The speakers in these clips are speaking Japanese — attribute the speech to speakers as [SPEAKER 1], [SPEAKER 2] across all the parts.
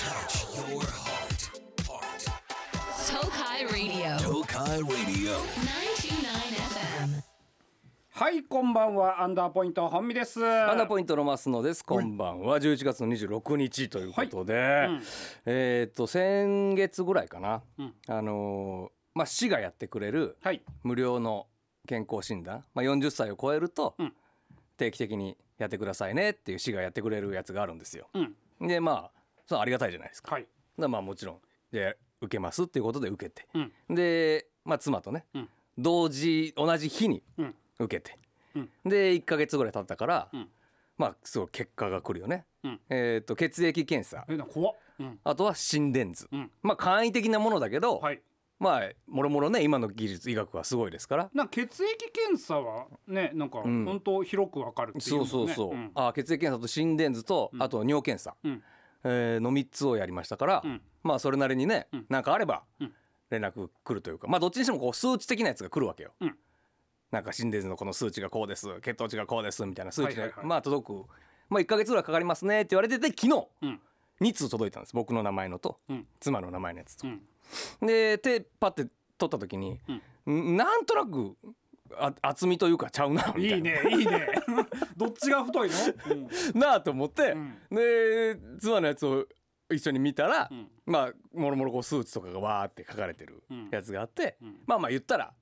[SPEAKER 1] your heart. Heart.
[SPEAKER 2] Tokai Radio.
[SPEAKER 1] Tokai Radio.
[SPEAKER 2] 929 FM.
[SPEAKER 3] はいこんばんはアンダーポイント本美です
[SPEAKER 4] アンダーポイントの増野です。こんばんは。11月の26日ということで、えーっと先月ぐらいかな。
[SPEAKER 3] うん
[SPEAKER 4] あのーまあ市がやってくれる
[SPEAKER 3] はい
[SPEAKER 4] 無料の健康診断、まあ40歳を超えると
[SPEAKER 3] うん
[SPEAKER 4] 定期的にやってくださいねっていう市がやってくれるやつがあるんですよ。
[SPEAKER 3] うん
[SPEAKER 4] でまあそれはありがたいじゃないですか。
[SPEAKER 3] はい
[SPEAKER 4] だからまあもちろんで受けますっていうことで受けて、
[SPEAKER 3] うん
[SPEAKER 4] でまあ妻とね、
[SPEAKER 3] うん
[SPEAKER 4] 同時同じ日に
[SPEAKER 3] うん
[SPEAKER 4] 受けて、
[SPEAKER 3] うん
[SPEAKER 4] で1ヶ月ぐらい経ったから、
[SPEAKER 3] うん
[SPEAKER 4] まあすごい結果が来るよね、
[SPEAKER 3] うん
[SPEAKER 4] えー、と血液検査
[SPEAKER 3] えな怖っうん
[SPEAKER 4] あとは心電図、
[SPEAKER 3] うん
[SPEAKER 4] まあ簡易的なものだけど、
[SPEAKER 3] はい
[SPEAKER 4] まあもろもろね今の技術医学はすごいですから。
[SPEAKER 3] なんか血液検査はねなんか
[SPEAKER 4] ん
[SPEAKER 3] 本当広くわかるっていう
[SPEAKER 4] そ
[SPEAKER 3] もん
[SPEAKER 4] う
[SPEAKER 3] ね
[SPEAKER 4] そうそう、
[SPEAKER 3] ん
[SPEAKER 4] あ血液検査と心電図と、あと尿検査、
[SPEAKER 3] うん
[SPEAKER 4] えーの3つをやりましたから、
[SPEAKER 3] ん
[SPEAKER 4] まあそれなりにね、なんかあれば
[SPEAKER 3] うん
[SPEAKER 4] 連絡来るというかまあどっちにしてもこう数値的なやつが来るわけよ。
[SPEAKER 3] うん
[SPEAKER 4] なんか心電図のこの数値がこうです血糖値がこうですみたいな数値が、
[SPEAKER 3] はいはいはい
[SPEAKER 4] まあ届く、まあ、1か月ぐらいかかりますねって言われてて昨日
[SPEAKER 3] うん
[SPEAKER 4] 2通届いたんです僕の名前のと、
[SPEAKER 3] うん
[SPEAKER 4] 妻の名前のやつと。
[SPEAKER 3] うん
[SPEAKER 4] で手パッて取った時に、んなんとなくあ厚みというかちゃうなみたいな。
[SPEAKER 3] いいねいいね どっちが太いのうん
[SPEAKER 4] なあと思って、
[SPEAKER 3] ん
[SPEAKER 4] で妻のやつを一緒に見たら、
[SPEAKER 3] ん
[SPEAKER 4] まあもろもろこう数値とかがわーって書かれてる
[SPEAKER 3] うん
[SPEAKER 4] やつがあって、
[SPEAKER 3] ん
[SPEAKER 4] まあまあ言ったら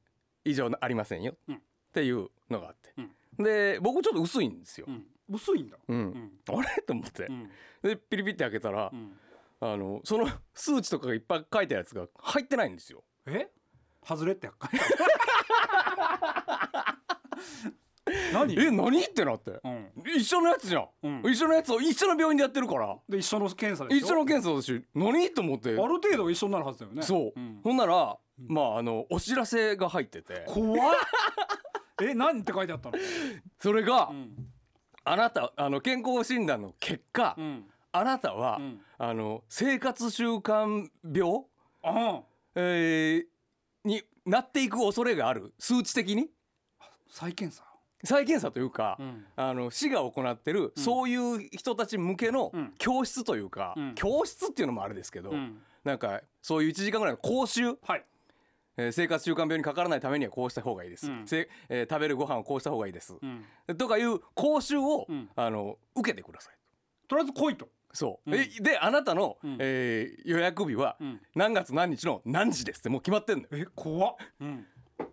[SPEAKER 4] 異常ありませんよ
[SPEAKER 3] うん
[SPEAKER 4] っていうのがあって、で僕ちょっと薄いんですよ
[SPEAKER 3] う。ん薄いんだ
[SPEAKER 4] うん
[SPEAKER 3] ん
[SPEAKER 4] あれ と思って、
[SPEAKER 3] うん
[SPEAKER 4] でピリピって開けたら、
[SPEAKER 3] ん
[SPEAKER 4] あのその数値とかがいっぱい書いたやつが入ってないんですよ。
[SPEAKER 3] え外れってやっ か何
[SPEAKER 4] え何ってなって、
[SPEAKER 3] うん
[SPEAKER 4] 一緒のやつじゃん、
[SPEAKER 3] うん
[SPEAKER 4] 一緒のやつを一緒の病院でやってるから
[SPEAKER 3] で一緒の検査でし
[SPEAKER 4] 一
[SPEAKER 3] ょ
[SPEAKER 4] 緒の検査だし何と思って
[SPEAKER 3] ある程度は一緒になるはずだよね
[SPEAKER 4] そう、
[SPEAKER 3] ん
[SPEAKER 4] ほんならまああのお知らせが入ってて
[SPEAKER 3] 怖っ え何って書いてあったの
[SPEAKER 4] それが、
[SPEAKER 3] ん
[SPEAKER 4] あなたあの健康診断の結果、
[SPEAKER 3] ん
[SPEAKER 4] あなたは、
[SPEAKER 3] ん
[SPEAKER 4] あの生活習慣病、
[SPEAKER 3] ああ
[SPEAKER 4] えーになっていく恐れがある数値的に
[SPEAKER 3] 再検査
[SPEAKER 4] 再検査というか、
[SPEAKER 3] ん
[SPEAKER 4] あの市が行ってる、そういう人たち向けの
[SPEAKER 3] ん
[SPEAKER 4] 教室というか、
[SPEAKER 3] ん
[SPEAKER 4] 教室っていうのもあれですけど、
[SPEAKER 3] ん
[SPEAKER 4] なんかそういう1時間ぐらいの講習、
[SPEAKER 3] はい
[SPEAKER 4] えー生活習慣病にかからないためにはこうした方がいいです、
[SPEAKER 3] ん
[SPEAKER 4] せえー食べるご飯をこうした方がいいです、
[SPEAKER 3] ん
[SPEAKER 4] とかいう講習を、
[SPEAKER 3] ん
[SPEAKER 4] あの受けてください
[SPEAKER 3] とりあえず来いと
[SPEAKER 4] そう、えであなたの、えー予約日は、
[SPEAKER 3] ん
[SPEAKER 4] 何月何日の何時ですってもう決まってんのよ
[SPEAKER 3] え怖っうん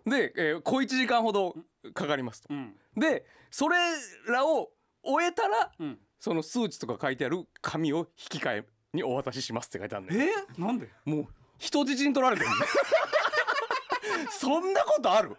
[SPEAKER 4] で、えー小1時間ほどかかりますと、
[SPEAKER 3] ん
[SPEAKER 4] でそれらを終えたら、
[SPEAKER 3] ん
[SPEAKER 4] その数値とか書いてある紙を引き換えにお渡ししますって書いてあるんだよ
[SPEAKER 3] えなんで
[SPEAKER 4] もう人質に取られてる そんなことある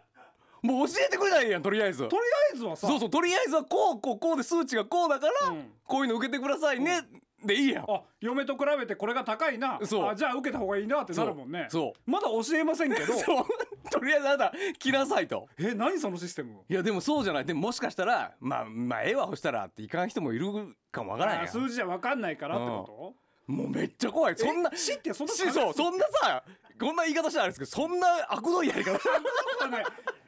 [SPEAKER 4] もう教えてくれないやんとりあえず
[SPEAKER 3] とりあえずはさ
[SPEAKER 4] そうそうとりあえずはこうこうこうで数値がこうだから、
[SPEAKER 3] ん
[SPEAKER 4] こういうの受けてくださいね、でいいやん
[SPEAKER 3] あ嫁と比べてこれが高いな
[SPEAKER 4] そう
[SPEAKER 3] あじゃあ受けた方がいいなってなるもんね
[SPEAKER 4] そう
[SPEAKER 3] まだ教えませんけど
[SPEAKER 4] そうとりあえずあなた来なさいと
[SPEAKER 3] え何そのシステム
[SPEAKER 4] いやでもそうじゃないでももしかしたらまあまあええわほしたらっていかん人もいるかもわから
[SPEAKER 3] あ
[SPEAKER 4] んやん
[SPEAKER 3] 数字じゃ分かんないからってこ
[SPEAKER 4] もうめっちゃ怖い
[SPEAKER 3] と
[SPEAKER 4] そんな
[SPEAKER 3] え死ってそんな
[SPEAKER 4] しそうそんなさこんな言い方したらあれですけどそんな悪どいやり方
[SPEAKER 3] んな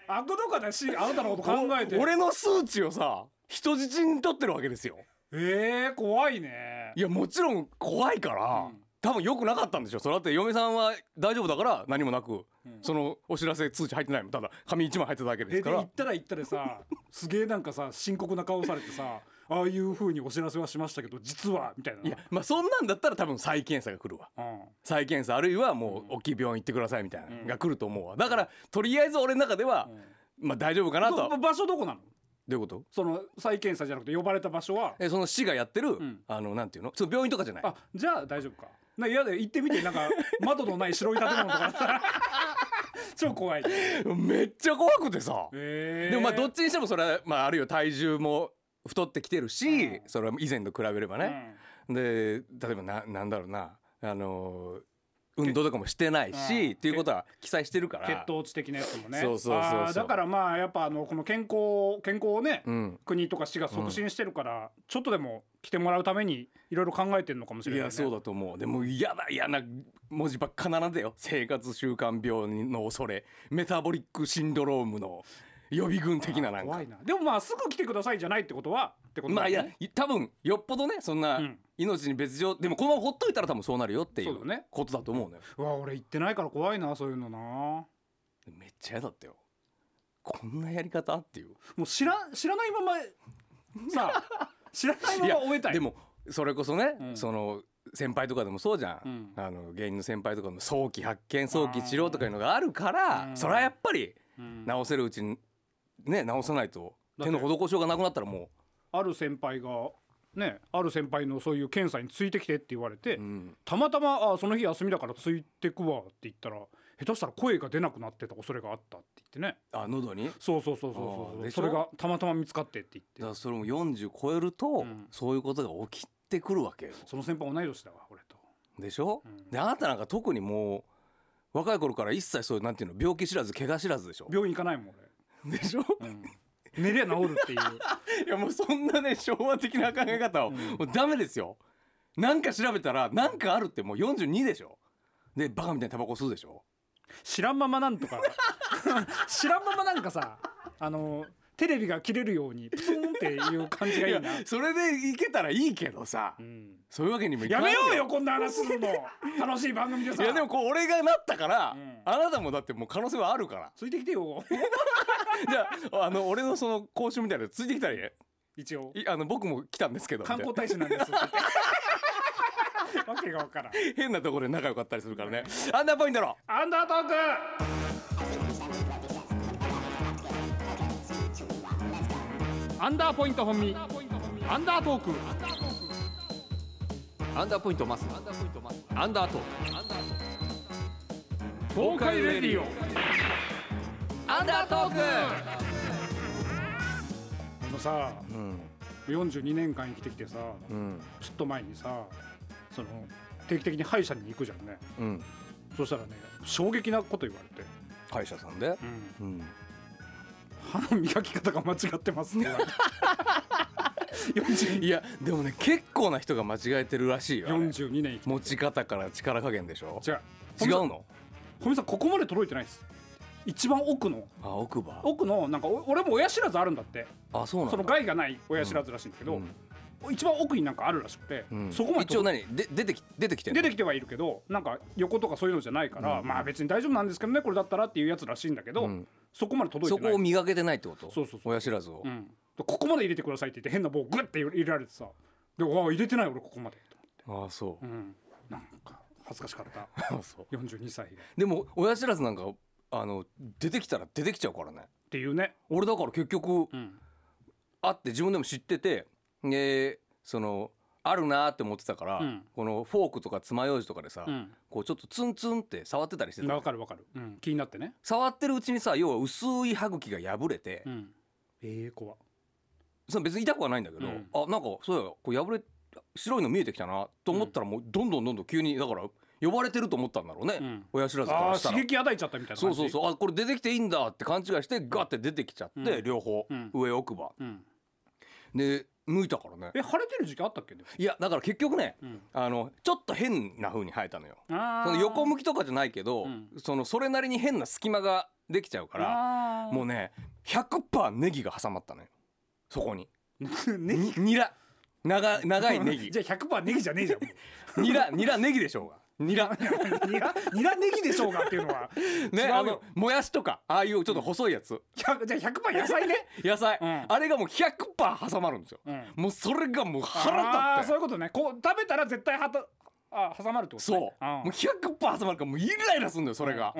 [SPEAKER 3] 悪どかだしあなたのこと考えて
[SPEAKER 4] お俺の数値をさ人質に取ってるわけですよ
[SPEAKER 3] えー、怖いね
[SPEAKER 4] いやもちろん怖いから、多分良くなかったんでしょそれだって嫁さんは大丈夫だから何もなく、そのお知らせ通知入ってないもんただ紙一枚入ってただけで
[SPEAKER 3] え
[SPEAKER 4] す
[SPEAKER 3] で
[SPEAKER 4] か
[SPEAKER 3] 行
[SPEAKER 4] ら
[SPEAKER 3] ったら行ったでさすげえなんかさ深刻な顔されてさああいうふうにお知らせはしましたけど実はみたいない
[SPEAKER 4] やまあそんなんだったら多分再検査が来るわ
[SPEAKER 3] うん、
[SPEAKER 4] 再検査あるいはもう大きい病院行ってくださいみたいなのが来ると思うわだからとりあえず俺の中では、まあ大丈夫かなとは
[SPEAKER 3] ど場所どこなの
[SPEAKER 4] どういうこと
[SPEAKER 3] その再検査じゃなくて呼ばれた場所は
[SPEAKER 4] えその市がやってる、
[SPEAKER 3] ん
[SPEAKER 4] あのなんていうのそう病院とかじゃない
[SPEAKER 3] あじゃあ大丈夫かな嫌で行ってみてなんか窓のない白い建物とかだったら 超怖いね
[SPEAKER 4] めっちゃ怖くてさ、
[SPEAKER 3] えー、
[SPEAKER 4] でもまあどっちにしてもそれは、まあ、あるいは体重も太ってきてるし、
[SPEAKER 3] うん
[SPEAKER 4] それは以前と比べれば
[SPEAKER 3] う
[SPEAKER 4] ね、
[SPEAKER 3] ん
[SPEAKER 4] で例えばななんだろうなあのー運動とかもしてないし、
[SPEAKER 3] うん
[SPEAKER 4] っていうことは記載してるから
[SPEAKER 3] 血糖値的なやつもね
[SPEAKER 4] そうそうそうそう
[SPEAKER 3] あーだからまあやっぱあのこの健康健康をね、
[SPEAKER 4] うん
[SPEAKER 3] 国とか市が促進してるから、ちょっとでも来てもらうためにいろいろ考えてるのかもし
[SPEAKER 4] い
[SPEAKER 3] れない、ね、
[SPEAKER 4] やそうだと思うでも嫌だ嫌な文字ばっか並んでよ生活習慣病の恐れメタボリックシンドロームの予備軍的ななんか
[SPEAKER 3] 怖いなでもまあすぐ来てくださいじゃないってことはってこと
[SPEAKER 4] まあ
[SPEAKER 3] だ
[SPEAKER 4] い
[SPEAKER 3] よ
[SPEAKER 4] や
[SPEAKER 3] ね
[SPEAKER 4] 多分よっぽどねそんな、
[SPEAKER 3] うん
[SPEAKER 4] 命に別状でもこのままほっといたら多分そうなるよってい
[SPEAKER 3] そううだね
[SPEAKER 4] ことだと思うのよ
[SPEAKER 3] うわ俺行ってないから怖いなそういうのなも
[SPEAKER 4] めっちゃ嫌だったよこんなやり方っていう
[SPEAKER 3] う知ら知らないままさあ知ら ないまま終えたい
[SPEAKER 4] でもそれこそね、
[SPEAKER 3] うん
[SPEAKER 4] その先輩とかでもそうじゃん、あの芸人の先輩とかの早期発見早期治療とかいうのがあるから、
[SPEAKER 3] うん
[SPEAKER 4] それはやっぱり
[SPEAKER 3] うん
[SPEAKER 4] 治せるうちにね治さないと
[SPEAKER 3] だって
[SPEAKER 4] 手の施しようがなくなったらも
[SPEAKER 3] ある先輩がねある先輩のそういう検査についてきてって言われて、
[SPEAKER 4] う、うん、
[SPEAKER 3] たまたまあその日休みだからついてくわって言ったら下手したら声が出なくなってた恐れがあったって言ってね
[SPEAKER 4] あ喉にだか
[SPEAKER 3] そうそうそうそう
[SPEAKER 4] あー
[SPEAKER 3] そ
[SPEAKER 4] で
[SPEAKER 3] う
[SPEAKER 4] しょ
[SPEAKER 3] それがたまたま見つかってって言って
[SPEAKER 4] らそれも40超えると、
[SPEAKER 3] ん
[SPEAKER 4] そういうことが起きてくるわけよ
[SPEAKER 3] その先輩同い年だわ俺と
[SPEAKER 4] でしょ、であなたなんか特にもう若い頃から一切そういうなんていうの病気知らず怪我知らずでしょ
[SPEAKER 3] 病院行かないもん
[SPEAKER 4] でしょ、
[SPEAKER 3] 俺、うん、寝りゃ治る っていう
[SPEAKER 4] いやもうそんなね昭和的な考え方はもうダメですよ。なんか調べたらなんかあるってもう42でしょ。でバカみたいにタバコ吸うでしょ。
[SPEAKER 3] 知らんままなんとか 知らんままなんかさあのテレビが切れるようにプツンっていう感じが
[SPEAKER 4] い
[SPEAKER 3] い
[SPEAKER 4] や
[SPEAKER 3] いな、
[SPEAKER 4] それでいけたらいいけどさ、
[SPEAKER 3] うん、
[SPEAKER 4] そういうわけにもいか
[SPEAKER 3] や
[SPEAKER 4] な
[SPEAKER 3] め
[SPEAKER 4] い
[SPEAKER 3] ようよこんな話するの楽しい番組で
[SPEAKER 4] い
[SPEAKER 3] さ
[SPEAKER 4] やでもこう俺がなったから、
[SPEAKER 3] ん
[SPEAKER 4] あなたもだってもう可能性はあるから
[SPEAKER 3] ついてきてよ
[SPEAKER 4] じゃああの俺のその講習みたいなのついてきたりね
[SPEAKER 3] 一応
[SPEAKER 4] いあの僕も来たんですけどみたい
[SPEAKER 3] 観
[SPEAKER 4] な
[SPEAKER 3] 光大使なんですって わけがわからん
[SPEAKER 4] 変なところで仲良かったりするからね アンダーポイントの
[SPEAKER 3] アンダートークアンダーポイント本身アンダートーク
[SPEAKER 5] アンダーポイントマスアンダーポイントマスアンダート
[SPEAKER 3] 東海レディオ
[SPEAKER 5] アンダートーク
[SPEAKER 3] あのさ
[SPEAKER 4] うん
[SPEAKER 3] 42年間生きてきてさ
[SPEAKER 4] うん
[SPEAKER 3] ちょっと前にさその定期的に歯医者に行くじゃんね
[SPEAKER 4] うん
[SPEAKER 3] そしたらね衝撃なこと言われて、
[SPEAKER 4] 歯医者さんで、うん、
[SPEAKER 3] 歯の磨き方が間違ってますって言われて 42,
[SPEAKER 4] いやでもね結構な人が間違えてるらしいよあれ
[SPEAKER 3] 42年生きて
[SPEAKER 4] 持ち方から力加減でしょ
[SPEAKER 3] 違う
[SPEAKER 4] 違うの
[SPEAKER 3] 小見さんここまで届いてないです一番奥の
[SPEAKER 4] あ奥歯
[SPEAKER 3] 奥のなんかお俺も親知らずあるんだって
[SPEAKER 4] あそうな
[SPEAKER 3] そ
[SPEAKER 4] ん
[SPEAKER 3] の
[SPEAKER 4] だ
[SPEAKER 3] 害がない親知らずらしいんだけど、
[SPEAKER 4] うん
[SPEAKER 3] 一番奥になんかあるらしくて、
[SPEAKER 4] うん
[SPEAKER 3] そこまで
[SPEAKER 4] 一応何で出てき出てきてんの
[SPEAKER 3] 出てきてはいるけどなんか横とかそういうのじゃないから、
[SPEAKER 4] うん
[SPEAKER 3] まあ別に大丈夫なんですけどねこれだったらっていうやつらしいんだけど、
[SPEAKER 4] うん
[SPEAKER 3] そこまで届い
[SPEAKER 4] そ
[SPEAKER 3] てな
[SPEAKER 4] こ
[SPEAKER 3] い
[SPEAKER 4] を磨けてないってこと
[SPEAKER 3] そうそうそう
[SPEAKER 4] 親知らずを、
[SPEAKER 3] うん、ここまで入れてくださいって言って変な棒をグッて入れられてさでわあ入れてない俺ここまでと、
[SPEAKER 4] あそう
[SPEAKER 3] う、ん、なんか恥ずかしかった
[SPEAKER 4] あそう
[SPEAKER 3] 42歳がっ
[SPEAKER 4] でも親知らずなんかあの出てきたら出てきちゃうからね
[SPEAKER 3] ていうね、
[SPEAKER 4] 俺だから結局、
[SPEAKER 3] うん、
[SPEAKER 4] あって自分でも知っててでそのあるなーって思ってたから、
[SPEAKER 3] うん
[SPEAKER 4] このフォークとか爪楊枝とかでさ、
[SPEAKER 3] うん
[SPEAKER 4] こうちょっとツンツンって触ってたりしてた
[SPEAKER 3] わかるわかる、うん、気になってね、
[SPEAKER 4] 触ってるうちにさ要は薄い歯茎が破れて、
[SPEAKER 3] うん、ええ怖
[SPEAKER 4] その別に痛くはないんだけど、
[SPEAKER 3] うん
[SPEAKER 4] あなんかそうやこう破れ白いの見えてきたなと思ったらもうどんどんどんどん急にだから呼ばれてると思ったんだろうね、
[SPEAKER 3] うん
[SPEAKER 4] 親知らずか
[SPEAKER 3] あ
[SPEAKER 4] ら
[SPEAKER 3] あ
[SPEAKER 4] した
[SPEAKER 3] 刺
[SPEAKER 4] ら。
[SPEAKER 3] 激与えちゃったみたいな
[SPEAKER 4] そ
[SPEAKER 3] 感
[SPEAKER 4] う
[SPEAKER 3] じ
[SPEAKER 4] そうそうあこれ出てきていいんだって勘違いしてガッて出てきちゃって、
[SPEAKER 3] うん
[SPEAKER 4] 両方、
[SPEAKER 3] うん
[SPEAKER 4] 上奥歯
[SPEAKER 3] う、うん、
[SPEAKER 4] で抜いたからね
[SPEAKER 3] え腫れてる時期あったっけでも
[SPEAKER 4] いやだから結局ね、
[SPEAKER 3] うん
[SPEAKER 4] あのちょっと変な風に生えたのよ
[SPEAKER 3] あ
[SPEAKER 4] その横向きとかじゃないけど、
[SPEAKER 3] うん
[SPEAKER 4] そのそれなりに変な隙間ができちゃうから
[SPEAKER 3] ら
[SPEAKER 4] もうね100%ネギが挟まったのよそこに
[SPEAKER 3] うネギ
[SPEAKER 4] にニラ長長いネ ギ
[SPEAKER 3] じゃあ100%ネギじゃねえじゃんも
[SPEAKER 4] ニラニラネギでしょうがニラ
[SPEAKER 3] うニラニラネギでしょうがっていうのは
[SPEAKER 4] ね
[SPEAKER 3] 違うよ
[SPEAKER 4] あのもやしとかああいうちょっと細いやつ
[SPEAKER 3] 100じゃあ100%野菜ね
[SPEAKER 4] 野菜、
[SPEAKER 3] うん
[SPEAKER 4] あれがもう100%挟まるんですよ、
[SPEAKER 3] うん
[SPEAKER 4] もうそれがもう
[SPEAKER 3] あ
[SPEAKER 4] 腹
[SPEAKER 3] あーそう
[SPEAKER 4] 立っ
[SPEAKER 3] いうことねこう食べたら絶対はたあ挟まるってこ
[SPEAKER 4] て
[SPEAKER 3] と、ね、
[SPEAKER 4] そう、もう100%挟まるからもうイライラするんだよそれが、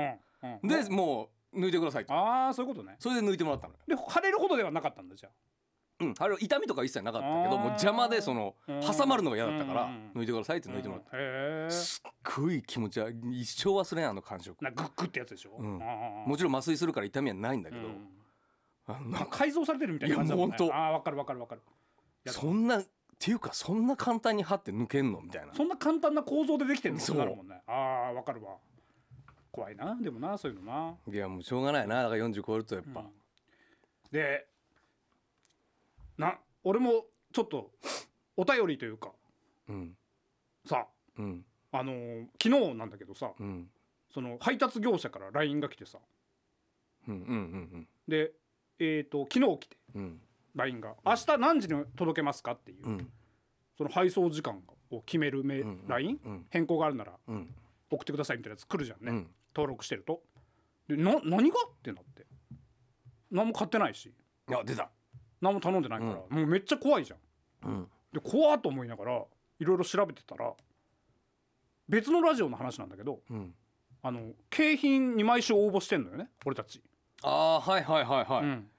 [SPEAKER 3] うんうん、
[SPEAKER 4] でもう抜いてくださいと
[SPEAKER 3] ああそういうことね
[SPEAKER 4] それで抜いてもらったのよ
[SPEAKER 3] で腫れるほどではなかったんだじゃあ
[SPEAKER 4] うん、あれは痛みとか一切なかったけど
[SPEAKER 3] あー
[SPEAKER 4] もう邪魔でその
[SPEAKER 3] うん
[SPEAKER 4] 挟まるのが嫌だったか
[SPEAKER 3] う
[SPEAKER 4] ら
[SPEAKER 3] んうんうん
[SPEAKER 4] 抜いてくださいって抜いてもらった、
[SPEAKER 3] へえ
[SPEAKER 4] すっごい気持ちは一生忘れないあの感触
[SPEAKER 3] なグッグってやつでしょ、
[SPEAKER 4] うん
[SPEAKER 3] あー
[SPEAKER 4] もちろん麻酔するから痛みはないんだけど、
[SPEAKER 3] うん
[SPEAKER 4] あのなんか
[SPEAKER 3] 改造されてるみたいな感じだもんね
[SPEAKER 4] いやもうほんと
[SPEAKER 3] ああわかるわかるわかるや
[SPEAKER 4] そんなっていうかそんな簡単に歯って抜けんのみたいな
[SPEAKER 3] そんな簡単な構造でできてるの
[SPEAKER 4] そう
[SPEAKER 3] なるもんねああわかるわ怖いなでもなそういうのない
[SPEAKER 4] やもうしょうがないなだから40超えるとやっぱ、
[SPEAKER 3] でな俺もちょっとお便りというか
[SPEAKER 4] うん
[SPEAKER 3] さ
[SPEAKER 4] うん
[SPEAKER 3] あのー昨日なんだけどさ
[SPEAKER 4] うん
[SPEAKER 3] その配達業者から LINE が来てさ
[SPEAKER 4] うんうんうん
[SPEAKER 3] でえっ、と昨日来て
[SPEAKER 4] うん
[SPEAKER 3] LINE が「明日何時に届けますか?」っていう、
[SPEAKER 4] うん
[SPEAKER 3] その配送時間がを決めるメ
[SPEAKER 4] ん
[SPEAKER 3] LINE、
[SPEAKER 4] うん
[SPEAKER 3] 変更があるなら
[SPEAKER 4] うん
[SPEAKER 3] 送ってくださいみたいなやつ来るじゃんね、
[SPEAKER 4] うん
[SPEAKER 3] 登録してるとでな何がってなって何も買ってないし
[SPEAKER 4] いや出た
[SPEAKER 3] 何も頼んでないから、もうめっちゃ怖いじゃん
[SPEAKER 4] うん
[SPEAKER 3] で怖っと思いながらいろいろ調べてたら別のラジオの話なんだけど
[SPEAKER 4] うん
[SPEAKER 3] あの景品に毎週応募してんのよね俺たち、
[SPEAKER 4] ああーはいはいはいはい、
[SPEAKER 3] うん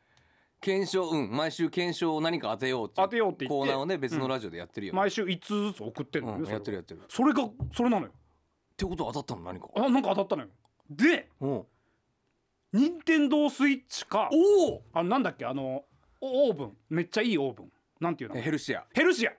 [SPEAKER 4] 検証うん毎週検証を何か当てようっていう
[SPEAKER 3] 当てようって言って
[SPEAKER 4] コーナーをね別のラジオでやってるよ、
[SPEAKER 3] 毎週1通ずつ送ってんのよね、
[SPEAKER 4] うん
[SPEAKER 3] それを
[SPEAKER 4] やってるやってるっ
[SPEAKER 3] それがそれなのよ
[SPEAKER 4] てことは当たったの何か
[SPEAKER 3] あなんか当たったのよで
[SPEAKER 4] うんお
[SPEAKER 3] 任天堂スイッチか
[SPEAKER 4] お
[SPEAKER 3] あなんだっけあのおオーブンめっちゃいいオーブンなんていうの
[SPEAKER 4] ヘルシア
[SPEAKER 3] ヘルシア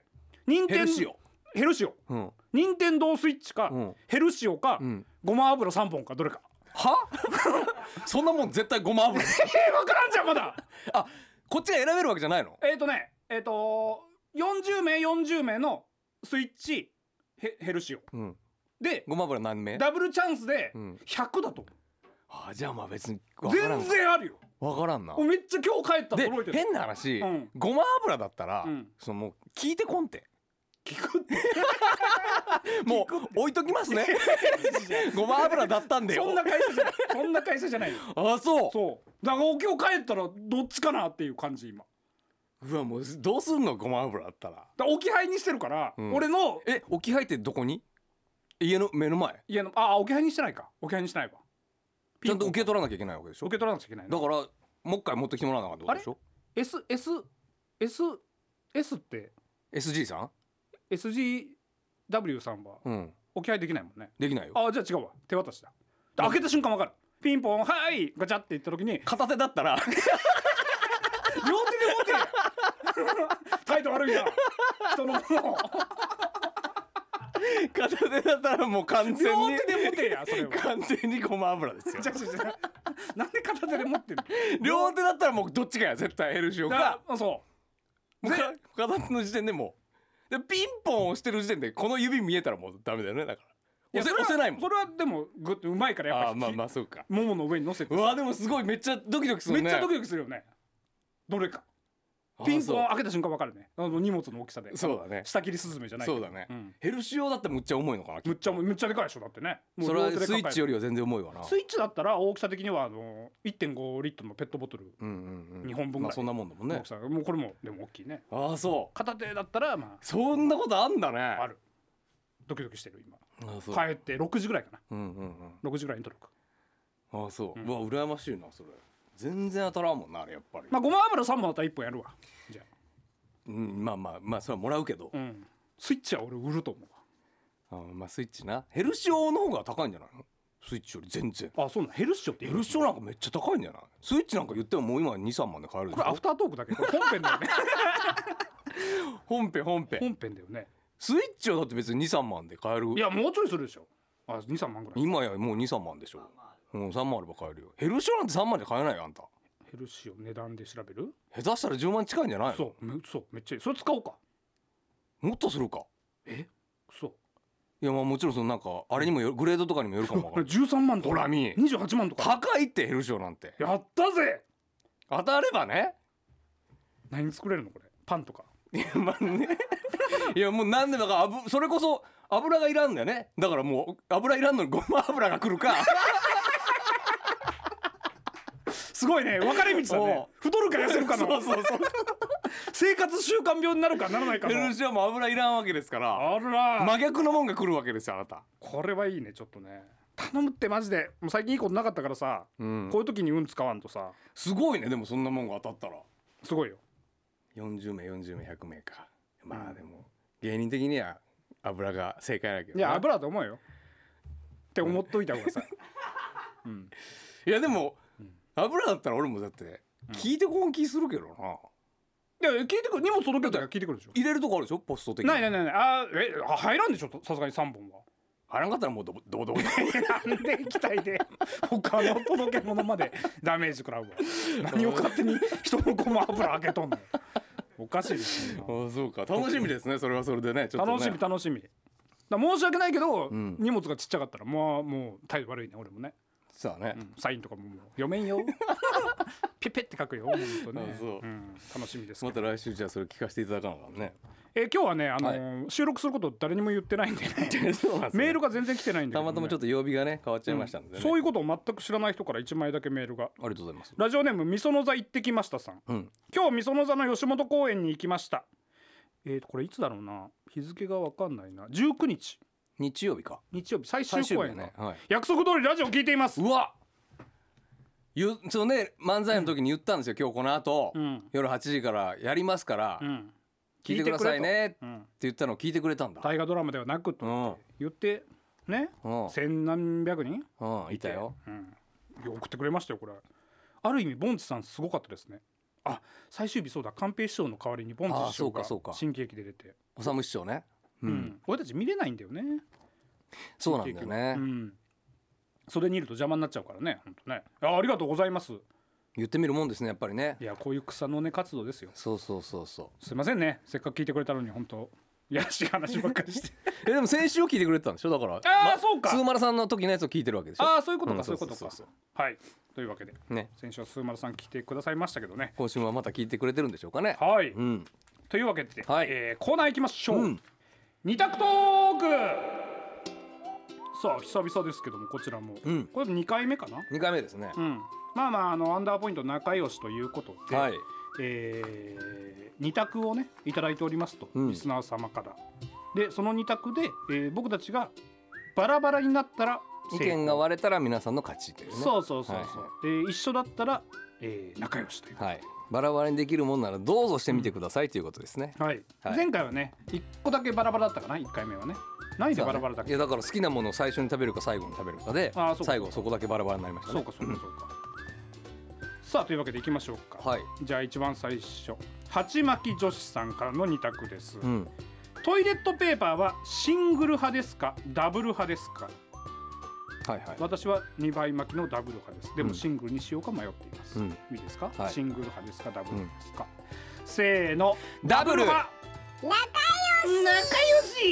[SPEAKER 3] 任
[SPEAKER 4] ヘ
[SPEAKER 3] 天
[SPEAKER 4] ルシオ
[SPEAKER 3] ヘルシオ
[SPEAKER 4] うん
[SPEAKER 3] 任天堂スイッチか、
[SPEAKER 4] うん
[SPEAKER 3] ヘルシオか、
[SPEAKER 4] うん
[SPEAKER 3] ごま油3本かどれか
[SPEAKER 4] は そんなもん絶対ごま 油
[SPEAKER 3] えー、分からんじゃんまだ
[SPEAKER 4] あこっちが選べるわけじゃないの
[SPEAKER 3] えっ、ー、とねえっ、ー、と40名40名のスイッチヘヘルシオ
[SPEAKER 4] うん
[SPEAKER 3] で
[SPEAKER 4] ごま油何名
[SPEAKER 3] ダブルチャンスで
[SPEAKER 4] うん
[SPEAKER 3] 100だと思
[SPEAKER 4] あじゃあまあ別に
[SPEAKER 3] う、
[SPEAKER 4] わからん
[SPEAKER 3] 全然あるよ
[SPEAKER 4] わからんな
[SPEAKER 3] めっちゃ今日帰ったら
[SPEAKER 4] で
[SPEAKER 3] 届いてる
[SPEAKER 4] 変な話、
[SPEAKER 3] うん
[SPEAKER 4] ごま油だったら、
[SPEAKER 3] うん
[SPEAKER 4] そのもう聞いてこんって
[SPEAKER 3] 聞くって
[SPEAKER 4] もう置いときますねごま油だったんだよ
[SPEAKER 3] そんな会社じゃないそんな会社じゃないよ
[SPEAKER 4] あそう
[SPEAKER 3] そうだから今日帰ったらどっちかなっていう感じ今
[SPEAKER 4] うわもうどうすんのごま油だったら
[SPEAKER 3] だから置き配にしてるから、
[SPEAKER 4] うん
[SPEAKER 3] 俺の
[SPEAKER 4] え置き配ってどこに家の目の前
[SPEAKER 3] 家のああ置き配にしてないか置き配にしてないわ
[SPEAKER 4] ちゃんと受け
[SPEAKER 3] け
[SPEAKER 4] 取らなきゃいけないわけでしょ
[SPEAKER 3] 受け取らなくちゃいけない
[SPEAKER 4] だ
[SPEAKER 3] な
[SPEAKER 4] からもう一回持ってきてもらわなあかったってことでしょ
[SPEAKER 3] SSSS って
[SPEAKER 4] SG さん
[SPEAKER 3] SGW さんは
[SPEAKER 4] うん
[SPEAKER 3] 置き配できないもんね
[SPEAKER 4] できないよ
[SPEAKER 3] あじゃあ違うわ手渡しだで開けた瞬間わかるピンポンはいガチャって言った時に両
[SPEAKER 4] 片手だったら
[SPEAKER 3] 手で持てよ 態度悪いな人のものを
[SPEAKER 4] 片手だったらもう完全
[SPEAKER 3] 両
[SPEAKER 4] に
[SPEAKER 3] 手で持てやそれは
[SPEAKER 4] 完全にごま油ですよ
[SPEAKER 3] じゃじゃじゃなんで片手で持ってる
[SPEAKER 4] 両手だったらもうどっちかや絶対ヘルシオ
[SPEAKER 3] だ
[SPEAKER 4] か
[SPEAKER 3] からそ
[SPEAKER 4] もうか片手の時点でもうでピンポン押してる時点でこの指見えたらもうダメだよねだから
[SPEAKER 3] う
[SPEAKER 4] 押せ
[SPEAKER 3] やそれは
[SPEAKER 4] 押せないもん
[SPEAKER 3] それはでもグッとうまいからや
[SPEAKER 4] あ
[SPEAKER 3] っぱ
[SPEAKER 4] ー
[SPEAKER 3] り
[SPEAKER 4] まあまあそうか
[SPEAKER 3] ももの上に乗せて
[SPEAKER 4] うわでもすごいめっちゃドキドキする
[SPEAKER 3] め
[SPEAKER 4] ね
[SPEAKER 3] っちゃドキドキするよねどれか
[SPEAKER 4] あー
[SPEAKER 3] ピン
[SPEAKER 4] そう
[SPEAKER 3] ポン開けた瞬間わかるねあの荷物の大きさで
[SPEAKER 4] そうだね
[SPEAKER 3] 下切りスズメじゃないけ
[SPEAKER 4] そ
[SPEAKER 3] ど
[SPEAKER 4] うだね、
[SPEAKER 3] ん
[SPEAKER 4] ヘルシオだってむっちゃ重いのかな
[SPEAKER 3] むっちゃむっちゃでかいでしょだってねもう
[SPEAKER 4] それは
[SPEAKER 3] 両手で
[SPEAKER 4] ス
[SPEAKER 3] 抱
[SPEAKER 4] イ
[SPEAKER 3] えて
[SPEAKER 4] ッチよりは全然重いわな
[SPEAKER 3] スイッチだったら大きさ的にはあの1.5リットルのペットボトル
[SPEAKER 4] うんうんうん
[SPEAKER 3] 日本分ぐらい
[SPEAKER 4] まあそんなもんだもん
[SPEAKER 3] の
[SPEAKER 4] ね
[SPEAKER 3] 大きさ、もうこれもでも大きいね
[SPEAKER 4] ああそう
[SPEAKER 3] 片手だったらま
[SPEAKER 4] そんなことあんだね
[SPEAKER 3] ああ
[SPEAKER 4] あ
[SPEAKER 3] るドキドキしてる今
[SPEAKER 4] あそう
[SPEAKER 3] 帰って6時ぐらいか
[SPEAKER 4] うんうんうん
[SPEAKER 3] な6時ぐらいに届く
[SPEAKER 4] ああそう、うわ羨ましいなそれ全然当たらんもんなあれやっぱり、
[SPEAKER 3] まあごま油3本だったら1本やるわじゃ
[SPEAKER 4] うん、まあまあまあそれはもらうけど、
[SPEAKER 3] あうんスイッチは俺売ると思う
[SPEAKER 4] あーまあスイッチなヘルシオの方が高いんじゃないのスイッチより全然
[SPEAKER 3] わあそうなのヘルシオって
[SPEAKER 4] ヘ
[SPEAKER 3] 言う
[SPEAKER 4] ルシオなんかめっちゃ高いんじゃないスイッチなんか言ってももう今23万で買えるで
[SPEAKER 3] こ
[SPEAKER 4] し
[SPEAKER 3] れア
[SPEAKER 4] ょ
[SPEAKER 3] フタートークだけどこれ本編だ よね
[SPEAKER 4] 本編本編
[SPEAKER 3] 本編だよね
[SPEAKER 4] スイッチはだって別に23万で買える
[SPEAKER 3] いやもうちょいするでしょあ23万ぐらい
[SPEAKER 4] 今やもう23万でしょうん3万あれば買えるよヘルシオなんて3万で買えないよあんた
[SPEAKER 3] ヘルシオ値段で調べる
[SPEAKER 4] 下手したら10万近いんじゃないの
[SPEAKER 3] そうめそうめっちゃいいそれ使おうか
[SPEAKER 4] もっとするか
[SPEAKER 3] そう
[SPEAKER 4] いやまあもちろんそのなんかあれにもよるグレードとかにもよるかもわか
[SPEAKER 3] これ
[SPEAKER 4] らない
[SPEAKER 3] 13万と
[SPEAKER 4] ほ
[SPEAKER 3] から
[SPEAKER 4] 見
[SPEAKER 3] 28万とか
[SPEAKER 4] 高いってヘルシオなんて
[SPEAKER 3] やったぜ
[SPEAKER 4] 当たればね
[SPEAKER 3] 何作れるのこれパンとか
[SPEAKER 4] いやまあね いやもう何でだからあぶそれこそ油がいらんだよねだからもう油いらんのにごま油が来るか
[SPEAKER 3] すごいね分か れ道だね
[SPEAKER 4] おう
[SPEAKER 3] 太るか痩せる かの
[SPEAKER 4] そうそうそう
[SPEAKER 3] 生活習慣病になるかならないか
[SPEAKER 4] ヘ
[SPEAKER 3] の
[SPEAKER 4] ルシオも油いらんわけですから
[SPEAKER 3] あら、
[SPEAKER 4] 真逆のもんが来るわけですよあなた
[SPEAKER 3] これはいいねちょっとね頼むってマジでもう最近いいことなかったからさ、
[SPEAKER 4] うん
[SPEAKER 3] こういう時に運使わんとさ
[SPEAKER 4] すごいねでもそんなもんが当たったら
[SPEAKER 3] すごいよ
[SPEAKER 4] 40名40名100名かまあでも芸人的には油が正解だけど
[SPEAKER 3] い
[SPEAKER 4] な
[SPEAKER 3] や油だと思うよって思っといた方がさ
[SPEAKER 4] いやでも油だったら俺もだって聞いてこん気するけどな、
[SPEAKER 3] いや聞いてくる荷物届けたら聞いてくるでしょ
[SPEAKER 4] 入れるとこあるでしょポスト的に
[SPEAKER 3] ないないないないあーえあ入らんでしょさすがに3本は
[SPEAKER 4] 入らんかったらもうどどうどう
[SPEAKER 3] なんで液体で 他の届け物までダメージ食らうわ何を勝手に人のごま油開けとんのよおかしいですね
[SPEAKER 4] ああそうか楽しみですねそれはそれでねちょっとね
[SPEAKER 3] 楽しみ楽しみだから申し訳ないけど、
[SPEAKER 4] ん
[SPEAKER 3] 荷物がちっちゃかったらまあもう態度悪いね俺もね
[SPEAKER 4] そうだね、
[SPEAKER 3] サインとかももう読めん よピペって書くよ本当ね
[SPEAKER 4] あそう
[SPEAKER 3] うん、楽しみですけど
[SPEAKER 4] また来週じゃあそれ聞かせていただかなあかんね
[SPEAKER 3] えー今日はね、あのー収録すること誰にも言って ないんでね
[SPEAKER 4] そうなんですよ
[SPEAKER 3] メールが全然来てないんで、
[SPEAKER 4] たまたまちょっ
[SPEAKER 3] っ
[SPEAKER 4] と曜日がね変わっちゃいましたんで、ね
[SPEAKER 3] そう
[SPEAKER 4] いう
[SPEAKER 3] いうことを全く知らない人から1枚だけメールが
[SPEAKER 4] ありがとうございます
[SPEAKER 3] ラジオネームみその座行ってきましたさん
[SPEAKER 4] うん
[SPEAKER 3] 今日みその座の吉本公園に行きましたえーとこれいつだろうな日付がわかんないな19日
[SPEAKER 4] 日曜日か
[SPEAKER 3] 日曜日最終
[SPEAKER 4] 最終
[SPEAKER 3] 公
[SPEAKER 4] 日
[SPEAKER 3] 演
[SPEAKER 4] や
[SPEAKER 3] ね
[SPEAKER 4] ね、はい、
[SPEAKER 3] 約束通りラジオ聞いています
[SPEAKER 4] うわゆそのね漫才の時に言ったんですよ、今日この後、
[SPEAKER 3] うん
[SPEAKER 4] 夜8時からやりますから、
[SPEAKER 3] うん
[SPEAKER 4] 聞いてくださいねって
[SPEAKER 3] 聞いてくれとうん
[SPEAKER 4] 言ったのを聞いてくれたんだ
[SPEAKER 3] 大河ドラマではなく
[SPEAKER 4] う
[SPEAKER 3] と
[SPEAKER 4] んうん
[SPEAKER 3] 言ってね千何百人
[SPEAKER 4] うんいたよ
[SPEAKER 3] いや送ってくれましたよこれある意味ボンチさんすごかったですねあ最終日そうだ寛平師匠の代わりにボンチ
[SPEAKER 4] あ
[SPEAKER 3] 師匠が
[SPEAKER 4] そうかそうか
[SPEAKER 3] 新喜劇で出て
[SPEAKER 4] おさむ市長ねう、
[SPEAKER 3] うんん俺たち見れないんだよね
[SPEAKER 4] そうなんだよね、
[SPEAKER 3] うんそれにいると邪魔になっちゃうからね本当ねあありがとうございます
[SPEAKER 4] 言ってみるもんですねやっぱりね
[SPEAKER 3] いやこういう草の根活動ですよ
[SPEAKER 4] そうそうそうそ
[SPEAKER 3] すいませんねせっかく聞いてくれたのに本当いやらしい話ばっかりして
[SPEAKER 4] うえでも先週を聞いてくれてたんでしょだから
[SPEAKER 3] あーそうか
[SPEAKER 4] スーマラさんの時のやつを聞いてるわけでしょ
[SPEAKER 3] あ あそういうことか、
[SPEAKER 4] うん
[SPEAKER 3] そういうこと
[SPEAKER 4] そ
[SPEAKER 3] か
[SPEAKER 4] うそう
[SPEAKER 3] はいというわけで
[SPEAKER 4] ね
[SPEAKER 3] 先週はスーマルさん来てくださいましたけどね
[SPEAKER 4] 今週もまた聞いてくれてるんでしょうかね
[SPEAKER 3] はい、
[SPEAKER 4] うん
[SPEAKER 3] というわけで、
[SPEAKER 4] はい
[SPEAKER 3] えーコーナー行きましょう、
[SPEAKER 4] うん
[SPEAKER 3] 二択トークさあ久々ですけどもこちらも、
[SPEAKER 4] うん
[SPEAKER 3] これ2回目かな、
[SPEAKER 4] 2回目ですね
[SPEAKER 3] う、ん、まあまああのアンダーポイント仲良しということで、
[SPEAKER 4] はい
[SPEAKER 3] えー、2択をね頂いただいておりますと、
[SPEAKER 4] うん
[SPEAKER 3] リスナー様からでその2択で、えー僕たちがバラバラになったら
[SPEAKER 4] 意
[SPEAKER 3] 成功
[SPEAKER 4] 見が割れたら皆さんの勝ちというね
[SPEAKER 3] そうそうそうそう、
[SPEAKER 4] は
[SPEAKER 3] で一緒だったら、えー仲良しという
[SPEAKER 4] はい、バラバラにできるもんならどうぞしてみてくださいということですね。
[SPEAKER 3] はい、
[SPEAKER 4] はい
[SPEAKER 3] 前回はね1個だけバラバラだったかな1回目はね何でバラバラだっ
[SPEAKER 4] い
[SPEAKER 3] け
[SPEAKER 4] やだから好きなものを最初に食べるか最後に食べるかで
[SPEAKER 3] あーそうか
[SPEAKER 4] 最後そこだけバラバラになりました
[SPEAKER 3] そう
[SPEAKER 4] ね。
[SPEAKER 3] かそうかそうかさあというわけでいきましょうか、
[SPEAKER 4] はい、
[SPEAKER 3] じゃあ一番最初鉢巻き女子さんからの2択です、
[SPEAKER 4] うん、
[SPEAKER 3] トイレットペーパーはシングル派ですかダブル派ですか
[SPEAKER 4] はいはい。
[SPEAKER 3] 私は2倍巻きのダブル派ですで
[SPEAKER 4] う
[SPEAKER 3] も
[SPEAKER 4] ん
[SPEAKER 3] シングルにしようか迷っています、
[SPEAKER 4] うん
[SPEAKER 3] いいですか、
[SPEAKER 4] はい
[SPEAKER 3] シングル派ですかダブル派ですか、せーの
[SPEAKER 4] ダブル
[SPEAKER 3] 派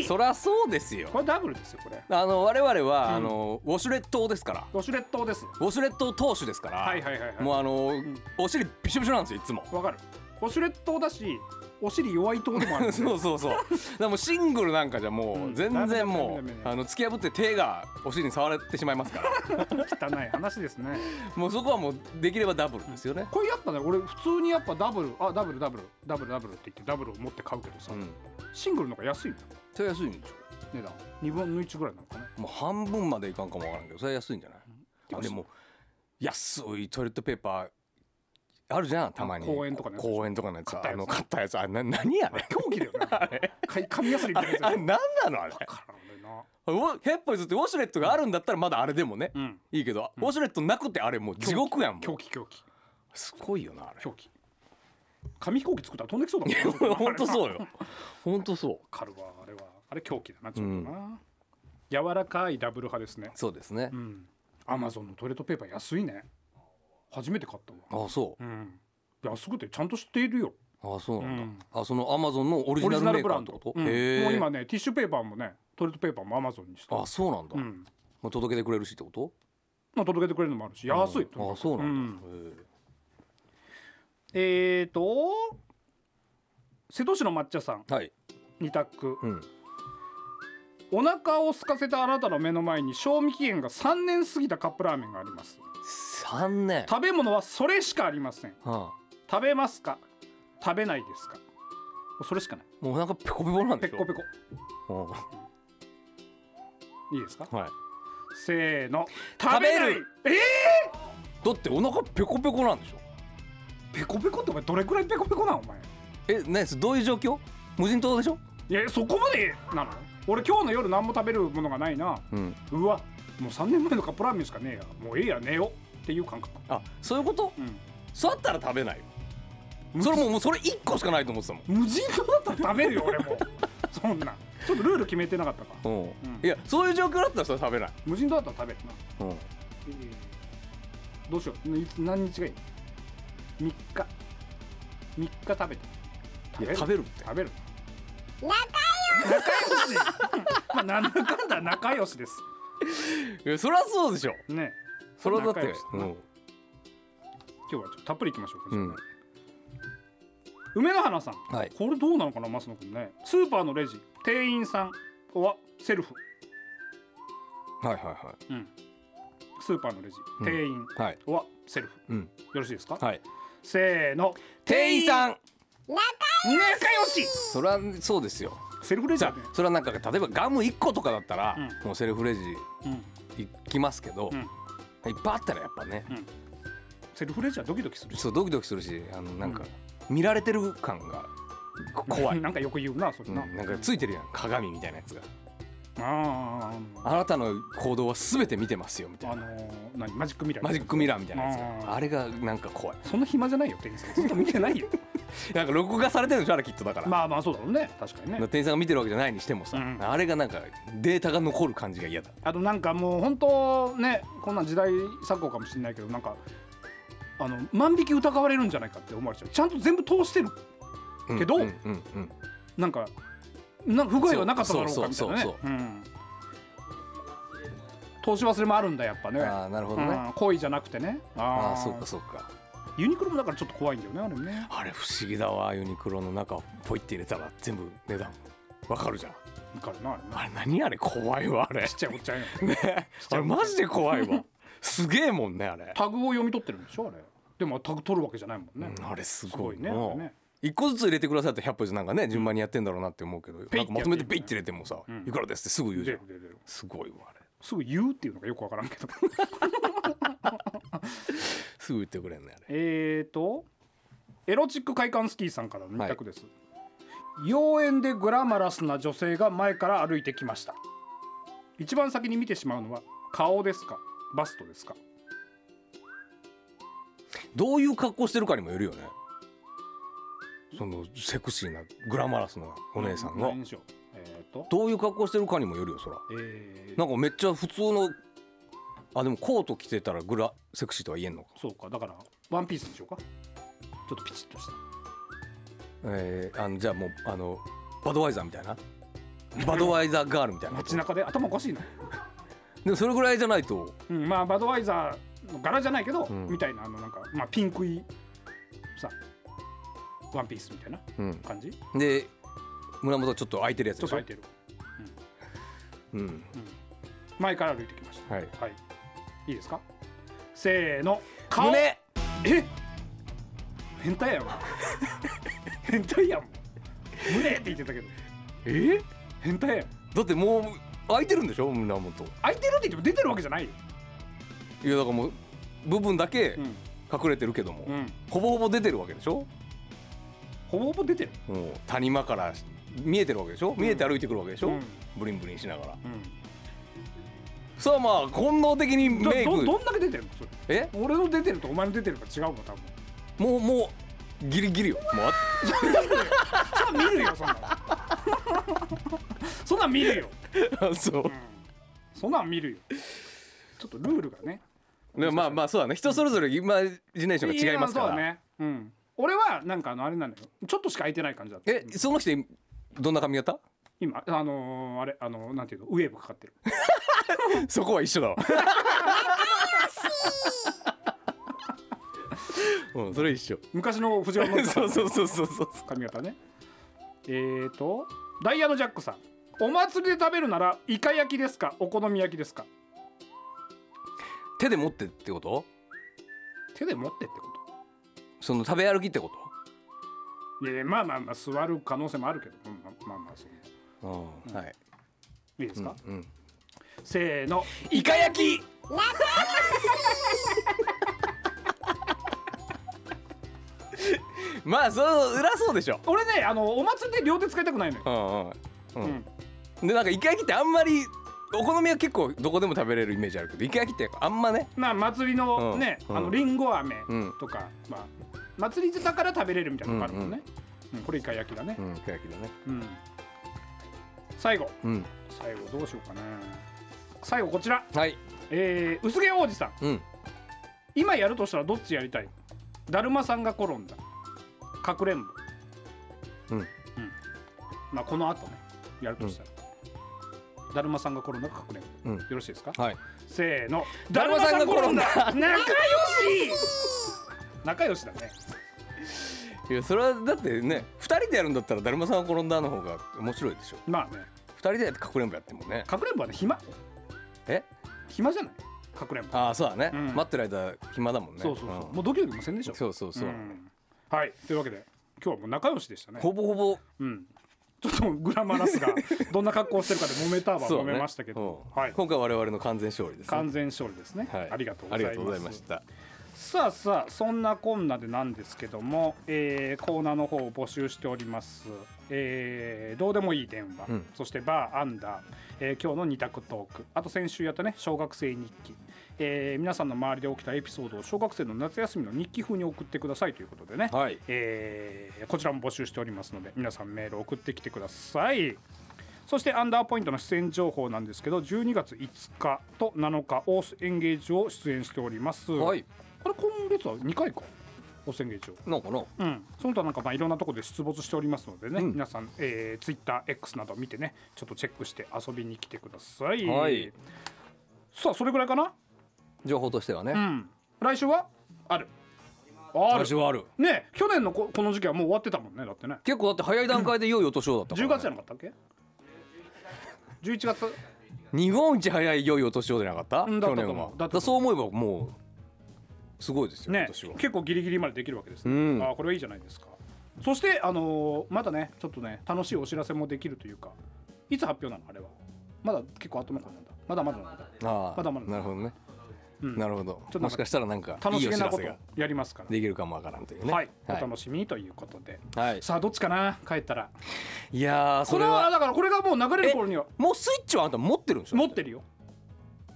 [SPEAKER 4] そりゃそうですよ
[SPEAKER 3] こ。れダブルですよこれ
[SPEAKER 4] あの我々は、
[SPEAKER 3] うん
[SPEAKER 4] あのウォシュレットですから
[SPEAKER 3] ウォシュレットです
[SPEAKER 4] ウォシュレット投手ですから、
[SPEAKER 3] はいはいはいはい
[SPEAKER 4] もうあの、
[SPEAKER 3] ん
[SPEAKER 4] お尻びしょびしょなんですよいつも。
[SPEAKER 3] わかるウォシュレットだしお尻弱い党でもあるんで
[SPEAKER 4] そうそうそう。でもうシングルなんかじゃも
[SPEAKER 3] う
[SPEAKER 4] うん全然も
[SPEAKER 3] ダメダメダメダ
[SPEAKER 4] う
[SPEAKER 3] メ
[SPEAKER 4] あの突き破って手がお尻に触れてしまいますから、
[SPEAKER 3] 汚い話です ね
[SPEAKER 4] もうそこはもうできればダブルですよね。
[SPEAKER 3] これやっぱね俺普通にやっぱダブルあダブルダブルダブルダブルって言ってダブルを持って買うけどさ、
[SPEAKER 4] うん。
[SPEAKER 3] シングルの方が安いんだよ
[SPEAKER 4] 手安いんでしょ。
[SPEAKER 3] 値段2分の1ぐらいなのかな
[SPEAKER 4] もう半分までいかんかもわからんけどそれは安いんじゃない、あでも安いトイレットペーパーあるじゃんたまに
[SPEAKER 3] 公園とかのやつ
[SPEAKER 4] 公園とかのやつ
[SPEAKER 3] 買ったやつ
[SPEAKER 4] あの買ったやつあれな何やねん
[SPEAKER 3] 狂気 だよなあれ紙やすりみ
[SPEAKER 4] あ
[SPEAKER 3] たい
[SPEAKER 4] れ
[SPEAKER 3] な
[SPEAKER 4] あ
[SPEAKER 3] や
[SPEAKER 4] れ
[SPEAKER 3] つ
[SPEAKER 4] 何なのあれ
[SPEAKER 3] からな
[SPEAKER 4] ウォ100歩譲ってウォシュレットがあるんだったらまだあれでもね、
[SPEAKER 3] うん
[SPEAKER 4] いいけど、ウォシュレットなくてあれもう地獄やんも
[SPEAKER 3] 狂
[SPEAKER 4] う
[SPEAKER 3] 気狂気
[SPEAKER 4] すごいよなあれ
[SPEAKER 3] 狂気紙飛行機作ったら飛んできそうだもんな
[SPEAKER 4] 本当
[SPEAKER 3] あ
[SPEAKER 4] そう
[SPEAKER 3] れな
[SPEAKER 4] よ本当そう
[SPEAKER 3] わかるわあれはあれ狂気だなちょっとな、柔らかいダブル派ですね
[SPEAKER 4] そうですね
[SPEAKER 3] う、んアマゾンのトイレットペーパー安いね初めて買ったわ
[SPEAKER 4] あそううん
[SPEAKER 3] 安くてちゃんと知っているよ
[SPEAKER 4] あそうなんだ、
[SPEAKER 3] うん
[SPEAKER 4] あそのアマゾンのオリジ
[SPEAKER 3] オ
[SPEAKER 4] ナ
[SPEAKER 3] リ
[SPEAKER 4] ル
[SPEAKER 3] ジナ
[SPEAKER 4] メ
[SPEAKER 3] ル
[SPEAKER 4] ーカ
[SPEAKER 3] ブラ
[SPEAKER 4] ー
[SPEAKER 3] ン
[SPEAKER 4] って
[SPEAKER 3] ド
[SPEAKER 4] こと、
[SPEAKER 3] うん
[SPEAKER 4] へえ
[SPEAKER 3] もう今ねティッシュペーパーもねトイレットペーパーもアマゾンにして
[SPEAKER 4] あそうなんだ、
[SPEAKER 3] う
[SPEAKER 4] も
[SPEAKER 3] ん
[SPEAKER 4] う届けてくれるしってこと
[SPEAKER 3] まあ、届けてくれるのもあるし安いとに
[SPEAKER 4] あ
[SPEAKER 3] かく
[SPEAKER 4] そうなんだ、へえ
[SPEAKER 3] えーと瀬戸市の抹茶さん
[SPEAKER 4] はい、
[SPEAKER 3] 二択
[SPEAKER 4] うん、
[SPEAKER 3] お腹を空かせたあなたの目の前に賞味期限が3年過ぎたカップラーメンがあります
[SPEAKER 4] 三年。
[SPEAKER 3] 食べ物はそれしかありません
[SPEAKER 4] はあ、
[SPEAKER 3] 食べますか食べないですかもうそれしかない
[SPEAKER 4] もうなんかペコペコなん
[SPEAKER 3] ペ
[SPEAKER 4] で
[SPEAKER 3] ッ
[SPEAKER 4] しょ。
[SPEAKER 3] コペコ
[SPEAKER 4] コ。
[SPEAKER 3] いいですか
[SPEAKER 4] はい。
[SPEAKER 3] せーの
[SPEAKER 4] 食べる
[SPEAKER 3] 食べないえ
[SPEAKER 4] だってお腹ペコペコなんでしょ。
[SPEAKER 3] ー、ペコペコってお前どれくらいペコペコなんお前
[SPEAKER 4] え、ねそれどういう状況？無人島でしょ？
[SPEAKER 3] いやそこまでなの俺今日の夜何も食べるものがないな
[SPEAKER 4] うん。
[SPEAKER 3] うわもう3年前のカップラーメンしかねえやもうええや寝ようっていう感覚
[SPEAKER 4] あ、そういうこと？
[SPEAKER 3] うん
[SPEAKER 4] そうだったら食べないよ。それもうもうそれ一個しかないと思ってたもん。
[SPEAKER 3] 無人島だったら食べるよ俺 もそんなんちょっとルール決めてなかったか
[SPEAKER 4] うん
[SPEAKER 3] ん
[SPEAKER 4] いやそういう状況だったらそれ食べない、
[SPEAKER 3] 無人島だったら食べるな、
[SPEAKER 4] うん、
[SPEAKER 3] えーどうしよういつ何日がいい3日3日食べて食べ
[SPEAKER 4] いや食べるって
[SPEAKER 3] 食べる仲良 し仲良しまあなんだかんだ仲良しです
[SPEAKER 4] いやそりゃそうでしょ
[SPEAKER 3] ね
[SPEAKER 4] それはだって
[SPEAKER 3] 仲良しだな今日はちょっとたっぷりいきましょうか、
[SPEAKER 4] うん
[SPEAKER 3] 梅の花さん、
[SPEAKER 4] はい
[SPEAKER 3] これどうなのかな増野君ねスーパーのレジ店員さんはセルフ、
[SPEAKER 4] はいは
[SPEAKER 3] うん、スーパーのレジ、
[SPEAKER 4] うん
[SPEAKER 3] 店員
[SPEAKER 4] いはい
[SPEAKER 3] はセルフ
[SPEAKER 4] うん
[SPEAKER 3] よろしいですか、
[SPEAKER 4] はい
[SPEAKER 3] せーの
[SPEAKER 4] 店員さ
[SPEAKER 3] ん
[SPEAKER 4] ん
[SPEAKER 3] 仲良し
[SPEAKER 4] それはそうですよ
[SPEAKER 3] セルフレジ
[SPEAKER 4] じ
[SPEAKER 3] だ
[SPEAKER 4] ゃ
[SPEAKER 3] ね
[SPEAKER 4] あそれはなんか例えばガム1個とかだったら、
[SPEAKER 3] う
[SPEAKER 4] もうセルフレジ
[SPEAKER 3] うん
[SPEAKER 4] 行きますけど、
[SPEAKER 3] うん
[SPEAKER 4] いっぱいあったらやっぱね
[SPEAKER 3] セルフレジはドキドキするし
[SPEAKER 4] そうドキドキするしあのなんか、見られてる感が こ怖い、
[SPEAKER 3] なんかよく言うなそれ
[SPEAKER 4] うん
[SPEAKER 3] な、
[SPEAKER 4] なんかついてるやん鏡みたいなやつが
[SPEAKER 3] ああ
[SPEAKER 4] あなたの行動は全て見てますよみたい
[SPEAKER 3] あ
[SPEAKER 4] な
[SPEAKER 3] のー、何マジックミラー
[SPEAKER 4] マジックミラーみたいなやつ
[SPEAKER 3] あ
[SPEAKER 4] が
[SPEAKER 3] ー
[SPEAKER 4] あれがなんか怖い
[SPEAKER 3] そんな暇じゃないよ店員さんずっと見てないよ
[SPEAKER 4] なんか録画されてるんでしょあれきっとだか ら、
[SPEAKER 3] まあまあそうだろうね確かにね
[SPEAKER 4] 店員さんが見てるわけじゃないにしてもさ、
[SPEAKER 3] うん
[SPEAKER 4] あれがなんかデータが残る感じが嫌だ
[SPEAKER 3] あとなんかもう本当ねこんなん時代錯誤かもしれないけどなんかあの万引き疑われるんじゃないかって思われちゃうちゃんと全部通してる
[SPEAKER 4] うん
[SPEAKER 3] けど
[SPEAKER 4] うんうんうん
[SPEAKER 3] なんかなんか不具合はなかっただろうかみたいなね
[SPEAKER 4] そうそうそ
[SPEAKER 3] う
[SPEAKER 4] う
[SPEAKER 3] ん投資忘れもあるんだやっぱね
[SPEAKER 4] ああなるほどね、
[SPEAKER 3] うん行為じゃなくてね
[SPEAKER 4] あ
[SPEAKER 3] あ
[SPEAKER 4] あ
[SPEAKER 3] あ
[SPEAKER 4] そうかそうか
[SPEAKER 3] ユニクロもだからちょっと怖いんだよねあれもね
[SPEAKER 4] あれ不思議だわユニクロの中をポイって入れたら全部値段わかるじゃん
[SPEAKER 3] だからなあれな
[SPEAKER 4] あれ何あれ怖いわあれ
[SPEAKER 3] ちっちゃいおっちゃんよ
[SPEAKER 4] ねあれマジで怖いわすげえもんねあれ、
[SPEAKER 3] タグを読み取ってるんでしょあれでもタグ取るわけじゃないもんね、
[SPEAKER 4] うんあれす
[SPEAKER 3] すご
[SPEAKER 4] ごい
[SPEAKER 3] いね
[SPEAKER 4] な
[SPEAKER 3] あれね
[SPEAKER 4] 一個ずつ入れてくださいって100歩ずつなんかね順番にやってんだろうなって思うけど
[SPEAKER 3] ペイ
[SPEAKER 4] な
[SPEAKER 3] ってやっ
[SPEAKER 4] んか
[SPEAKER 3] て
[SPEAKER 4] まとめてピッて入れてもさ「
[SPEAKER 3] うん
[SPEAKER 4] いくらです」ってすぐ言うじ
[SPEAKER 3] 出
[SPEAKER 4] ゃ
[SPEAKER 3] る
[SPEAKER 4] ん
[SPEAKER 3] 出る出る
[SPEAKER 4] すごいわあれ
[SPEAKER 3] すぐ言うっていうのがよくわからんけど
[SPEAKER 4] すぐ言ってくれんねあれ
[SPEAKER 3] えーとエロチック快感スキーさんからの2択です、妖艶でグラマラスな女性が前から歩いてきました一番先に見てしまうのは顔ですかバストですか
[SPEAKER 4] どういう格好してるかにもよるよねそのセクシーなグラマラスなお姉さんが
[SPEAKER 3] 何でしょうえーと
[SPEAKER 4] どういう格好してるかにもよるよそら
[SPEAKER 3] えー
[SPEAKER 4] なんかめっちゃ普通のあでもコート着てたらグラセクシーとは言えんのか
[SPEAKER 3] そうかだからワンピースにしようかちょっとピチッとした
[SPEAKER 4] えー、あのじゃあもうあのバドワイザーみたいなバドワイザーガールみたいな
[SPEAKER 3] 街中で頭おかしいな
[SPEAKER 4] でもそれぐらいじゃないと
[SPEAKER 3] うん、まあバドワイザーの柄じゃないけど、
[SPEAKER 4] うん
[SPEAKER 3] みたいなあのなんか、まあ、ピンクいさワンピースみたいな
[SPEAKER 4] うん
[SPEAKER 3] 感じち
[SPEAKER 4] で胸元ちょっと空いてるやつ
[SPEAKER 3] ょ
[SPEAKER 4] で
[SPEAKER 3] っと
[SPEAKER 4] しょ
[SPEAKER 3] 空いてる
[SPEAKER 4] うん
[SPEAKER 3] 前から歩いてきまし
[SPEAKER 4] はい、
[SPEAKER 3] たはいいいですかせーの顔
[SPEAKER 4] 胸
[SPEAKER 3] え変態やん変態やん胸って言ってたけど
[SPEAKER 4] え
[SPEAKER 3] 変態やん
[SPEAKER 4] だってもう空いてるんでしょ胸元
[SPEAKER 3] 空いてるって言っても出てるわけじゃないよ
[SPEAKER 4] いやだからもう部分だけ
[SPEAKER 3] うん
[SPEAKER 4] 隠れてるけども、
[SPEAKER 3] うん
[SPEAKER 4] ほぼほぼ出てるわけでしょ
[SPEAKER 3] ほぼほぼ出てる
[SPEAKER 4] もう谷間から見えてるわけでしょ見えて歩いてくるわけでしょ、
[SPEAKER 3] うん
[SPEAKER 4] ブリンブリンしながら
[SPEAKER 3] う
[SPEAKER 4] さあまあ本能的に
[SPEAKER 3] んど
[SPEAKER 4] メイ
[SPEAKER 3] ど
[SPEAKER 4] ク
[SPEAKER 3] どんだけ出てるのそれ
[SPEAKER 4] え
[SPEAKER 3] 俺の出てるとお前の出てるか違うもん多分
[SPEAKER 4] もうもうギリギリよもうあ
[SPEAKER 3] そんなん見るよ そんなんそんなん見るよ、
[SPEAKER 4] あそう
[SPEAKER 3] そんなん見るよちょっとルールがね
[SPEAKER 4] でもまあまあそうだね人それぞれイマジネーションが違いますか
[SPEAKER 3] や
[SPEAKER 4] ら
[SPEAKER 3] そうだね、うん、俺はなんかあのあれなのよちょっとしか空いてない感じだった
[SPEAKER 4] えその人どんな髪型
[SPEAKER 3] 今あのーあれあのーなんていうのウェーブかかってる
[SPEAKER 4] そこは一緒だわ うんそれ一緒
[SPEAKER 3] 昔の藤原の
[SPEAKER 4] そうそうそうそうそう
[SPEAKER 3] 髪型ねえーとダイヤのジャックさんお祭りで食べるならイカ焼きですかお好み焼きですか
[SPEAKER 4] 手で持ってってこと
[SPEAKER 3] 手で持ってってこ
[SPEAKER 4] その食べ歩きってこと
[SPEAKER 3] いやいやまあまあまあ座る可能性もあるけどうんまあまあまあそう
[SPEAKER 4] とうんはい、
[SPEAKER 3] いいですか、
[SPEAKER 4] うん、
[SPEAKER 3] せーの
[SPEAKER 4] イカ焼きまあそう裏そうでしょ
[SPEAKER 3] 俺ねあのお祭りで両手使いたくないのよ、
[SPEAKER 4] うんうん、う
[SPEAKER 3] うん
[SPEAKER 4] ん、でなんかイカ焼きってあんまりお好みは結構どこでも食べれるイメージあるけどイカ焼きってあんまね
[SPEAKER 3] まあ祭りのね、
[SPEAKER 4] うん
[SPEAKER 3] あのリンゴ飴
[SPEAKER 4] うん
[SPEAKER 3] とか、まあ祭りだから食べれるみたいなのがあるもんね、うんこれイカ焼きだね、
[SPEAKER 4] んイカ焼きだね
[SPEAKER 3] うん最後
[SPEAKER 4] うん
[SPEAKER 3] 最後どうしようかな最後こちら、
[SPEAKER 4] はい
[SPEAKER 3] えー、薄毛王子さん
[SPEAKER 4] うん
[SPEAKER 3] 今やるとしたらどっちやりたいだるまさんが転んだかくれんぼ
[SPEAKER 4] うん
[SPEAKER 3] まあこの後ねやるとしたら、だるまさんが転んだかくれんぼ、
[SPEAKER 4] うん
[SPEAKER 3] よろしいですか、
[SPEAKER 4] はい
[SPEAKER 3] せーの
[SPEAKER 4] だるまさんが転んだ
[SPEAKER 3] だるまさんが転んだ仲良し仲良しだね
[SPEAKER 4] いやそれはだってね2人でやるんだったらだるまさんが転んだの方が面白いでしょ
[SPEAKER 3] まあね
[SPEAKER 4] 2人でかくれんぼやってもね
[SPEAKER 3] かくれんぼはね暇
[SPEAKER 4] え
[SPEAKER 3] 暇じゃないかくれんぼ、
[SPEAKER 4] ああそうだね、
[SPEAKER 3] うん
[SPEAKER 4] 待ってる間暇だもんね
[SPEAKER 3] そうそうそう、もうドキドキもせんでしょ
[SPEAKER 4] んそうそうそう、
[SPEAKER 3] んはいというわけで今日はもう仲良しでしたね
[SPEAKER 4] ほぼほぼ
[SPEAKER 3] うんちょっとグラマラスが どんな格好をしてるかで揉めたは
[SPEAKER 4] そう
[SPEAKER 3] 揉めましたけど、
[SPEAKER 4] うん
[SPEAKER 3] はい
[SPEAKER 4] 今回我々の完全勝利です、ね、
[SPEAKER 3] 完全勝利ですね、
[SPEAKER 4] はい
[SPEAKER 3] ありがとうございます
[SPEAKER 4] した
[SPEAKER 3] さあさあそんなこんなでなんですけども、えーコーナーの方を募集しております、えーどうでもいい電話、
[SPEAKER 4] うん
[SPEAKER 3] そしてバーアンダー、えー今日の二択トークあと先週やったね小学生日記、えー皆さんの周りで起きたエピソードを小学生の夏休みの日記風に送ってくださいということでね、
[SPEAKER 4] はい
[SPEAKER 3] えーこちらも募集しておりますので皆さんメールを送ってきてくださいそしてアンダーポイントの出演情報なんですけど12月5日と7日オースエンゲージを出演しております、
[SPEAKER 4] はい
[SPEAKER 3] これ今月は2回かお宣言帳
[SPEAKER 4] なんかな
[SPEAKER 3] うんその他なんかまあいろんなところで出没しておりますのでね、
[SPEAKER 4] うん
[SPEAKER 3] 皆さん、えー、TwitterX など見てねちょっとチェックして遊びに来てください、
[SPEAKER 4] はい
[SPEAKER 3] さあそれぐらいかな
[SPEAKER 4] 情報としてはね、
[SPEAKER 3] うん来週はあるある
[SPEAKER 4] 私はある
[SPEAKER 3] ねえ去年のここの時期はもう終わってたもんねだってね
[SPEAKER 4] 結構だって早い段階で良いお年をだったから、
[SPEAKER 3] 10
[SPEAKER 4] ね、
[SPEAKER 3] 月じゃなかったっけ11月
[SPEAKER 4] 日本一早い良いお年をじゃなかった
[SPEAKER 3] うんだっ
[SPEAKER 4] 去
[SPEAKER 3] たと
[SPEAKER 4] 年
[SPEAKER 3] 思う
[SPEAKER 4] は
[SPEAKER 3] だ
[SPEAKER 4] だ
[SPEAKER 3] ったと思う
[SPEAKER 4] そう思えばもうすごいですよ、
[SPEAKER 3] ね
[SPEAKER 4] 今年は
[SPEAKER 3] 結構ギリギリまでできるわけですね、
[SPEAKER 4] うん
[SPEAKER 3] あーこれはいいじゃないですかそしてあのーまだねちょっとね楽しいお知らせもできるというかいつ発表なのあれはまだ結構後の方なんだまだまだなんだ
[SPEAKER 4] ああ
[SPEAKER 3] まだまだ
[SPEAKER 4] なるほどね、
[SPEAKER 3] うん
[SPEAKER 4] なるほど
[SPEAKER 3] となんか
[SPEAKER 4] もしかしたらなんかいい
[SPEAKER 3] 楽
[SPEAKER 4] お知
[SPEAKER 3] しげな
[SPEAKER 4] ら
[SPEAKER 3] こ
[SPEAKER 4] せ
[SPEAKER 3] と
[SPEAKER 4] が
[SPEAKER 3] やりますから
[SPEAKER 4] できるかもわからんというね
[SPEAKER 3] はい、お
[SPEAKER 4] はい
[SPEAKER 3] 楽しみにということで、
[SPEAKER 4] はい
[SPEAKER 3] さあどっちかな帰ったら
[SPEAKER 4] いやーそ
[SPEAKER 3] これ
[SPEAKER 4] れ
[SPEAKER 3] は
[SPEAKER 4] は
[SPEAKER 3] だからこれがもう流れる頃には
[SPEAKER 4] もうスイッチはあんた持ってるんでしょ
[SPEAKER 3] 持ってるよ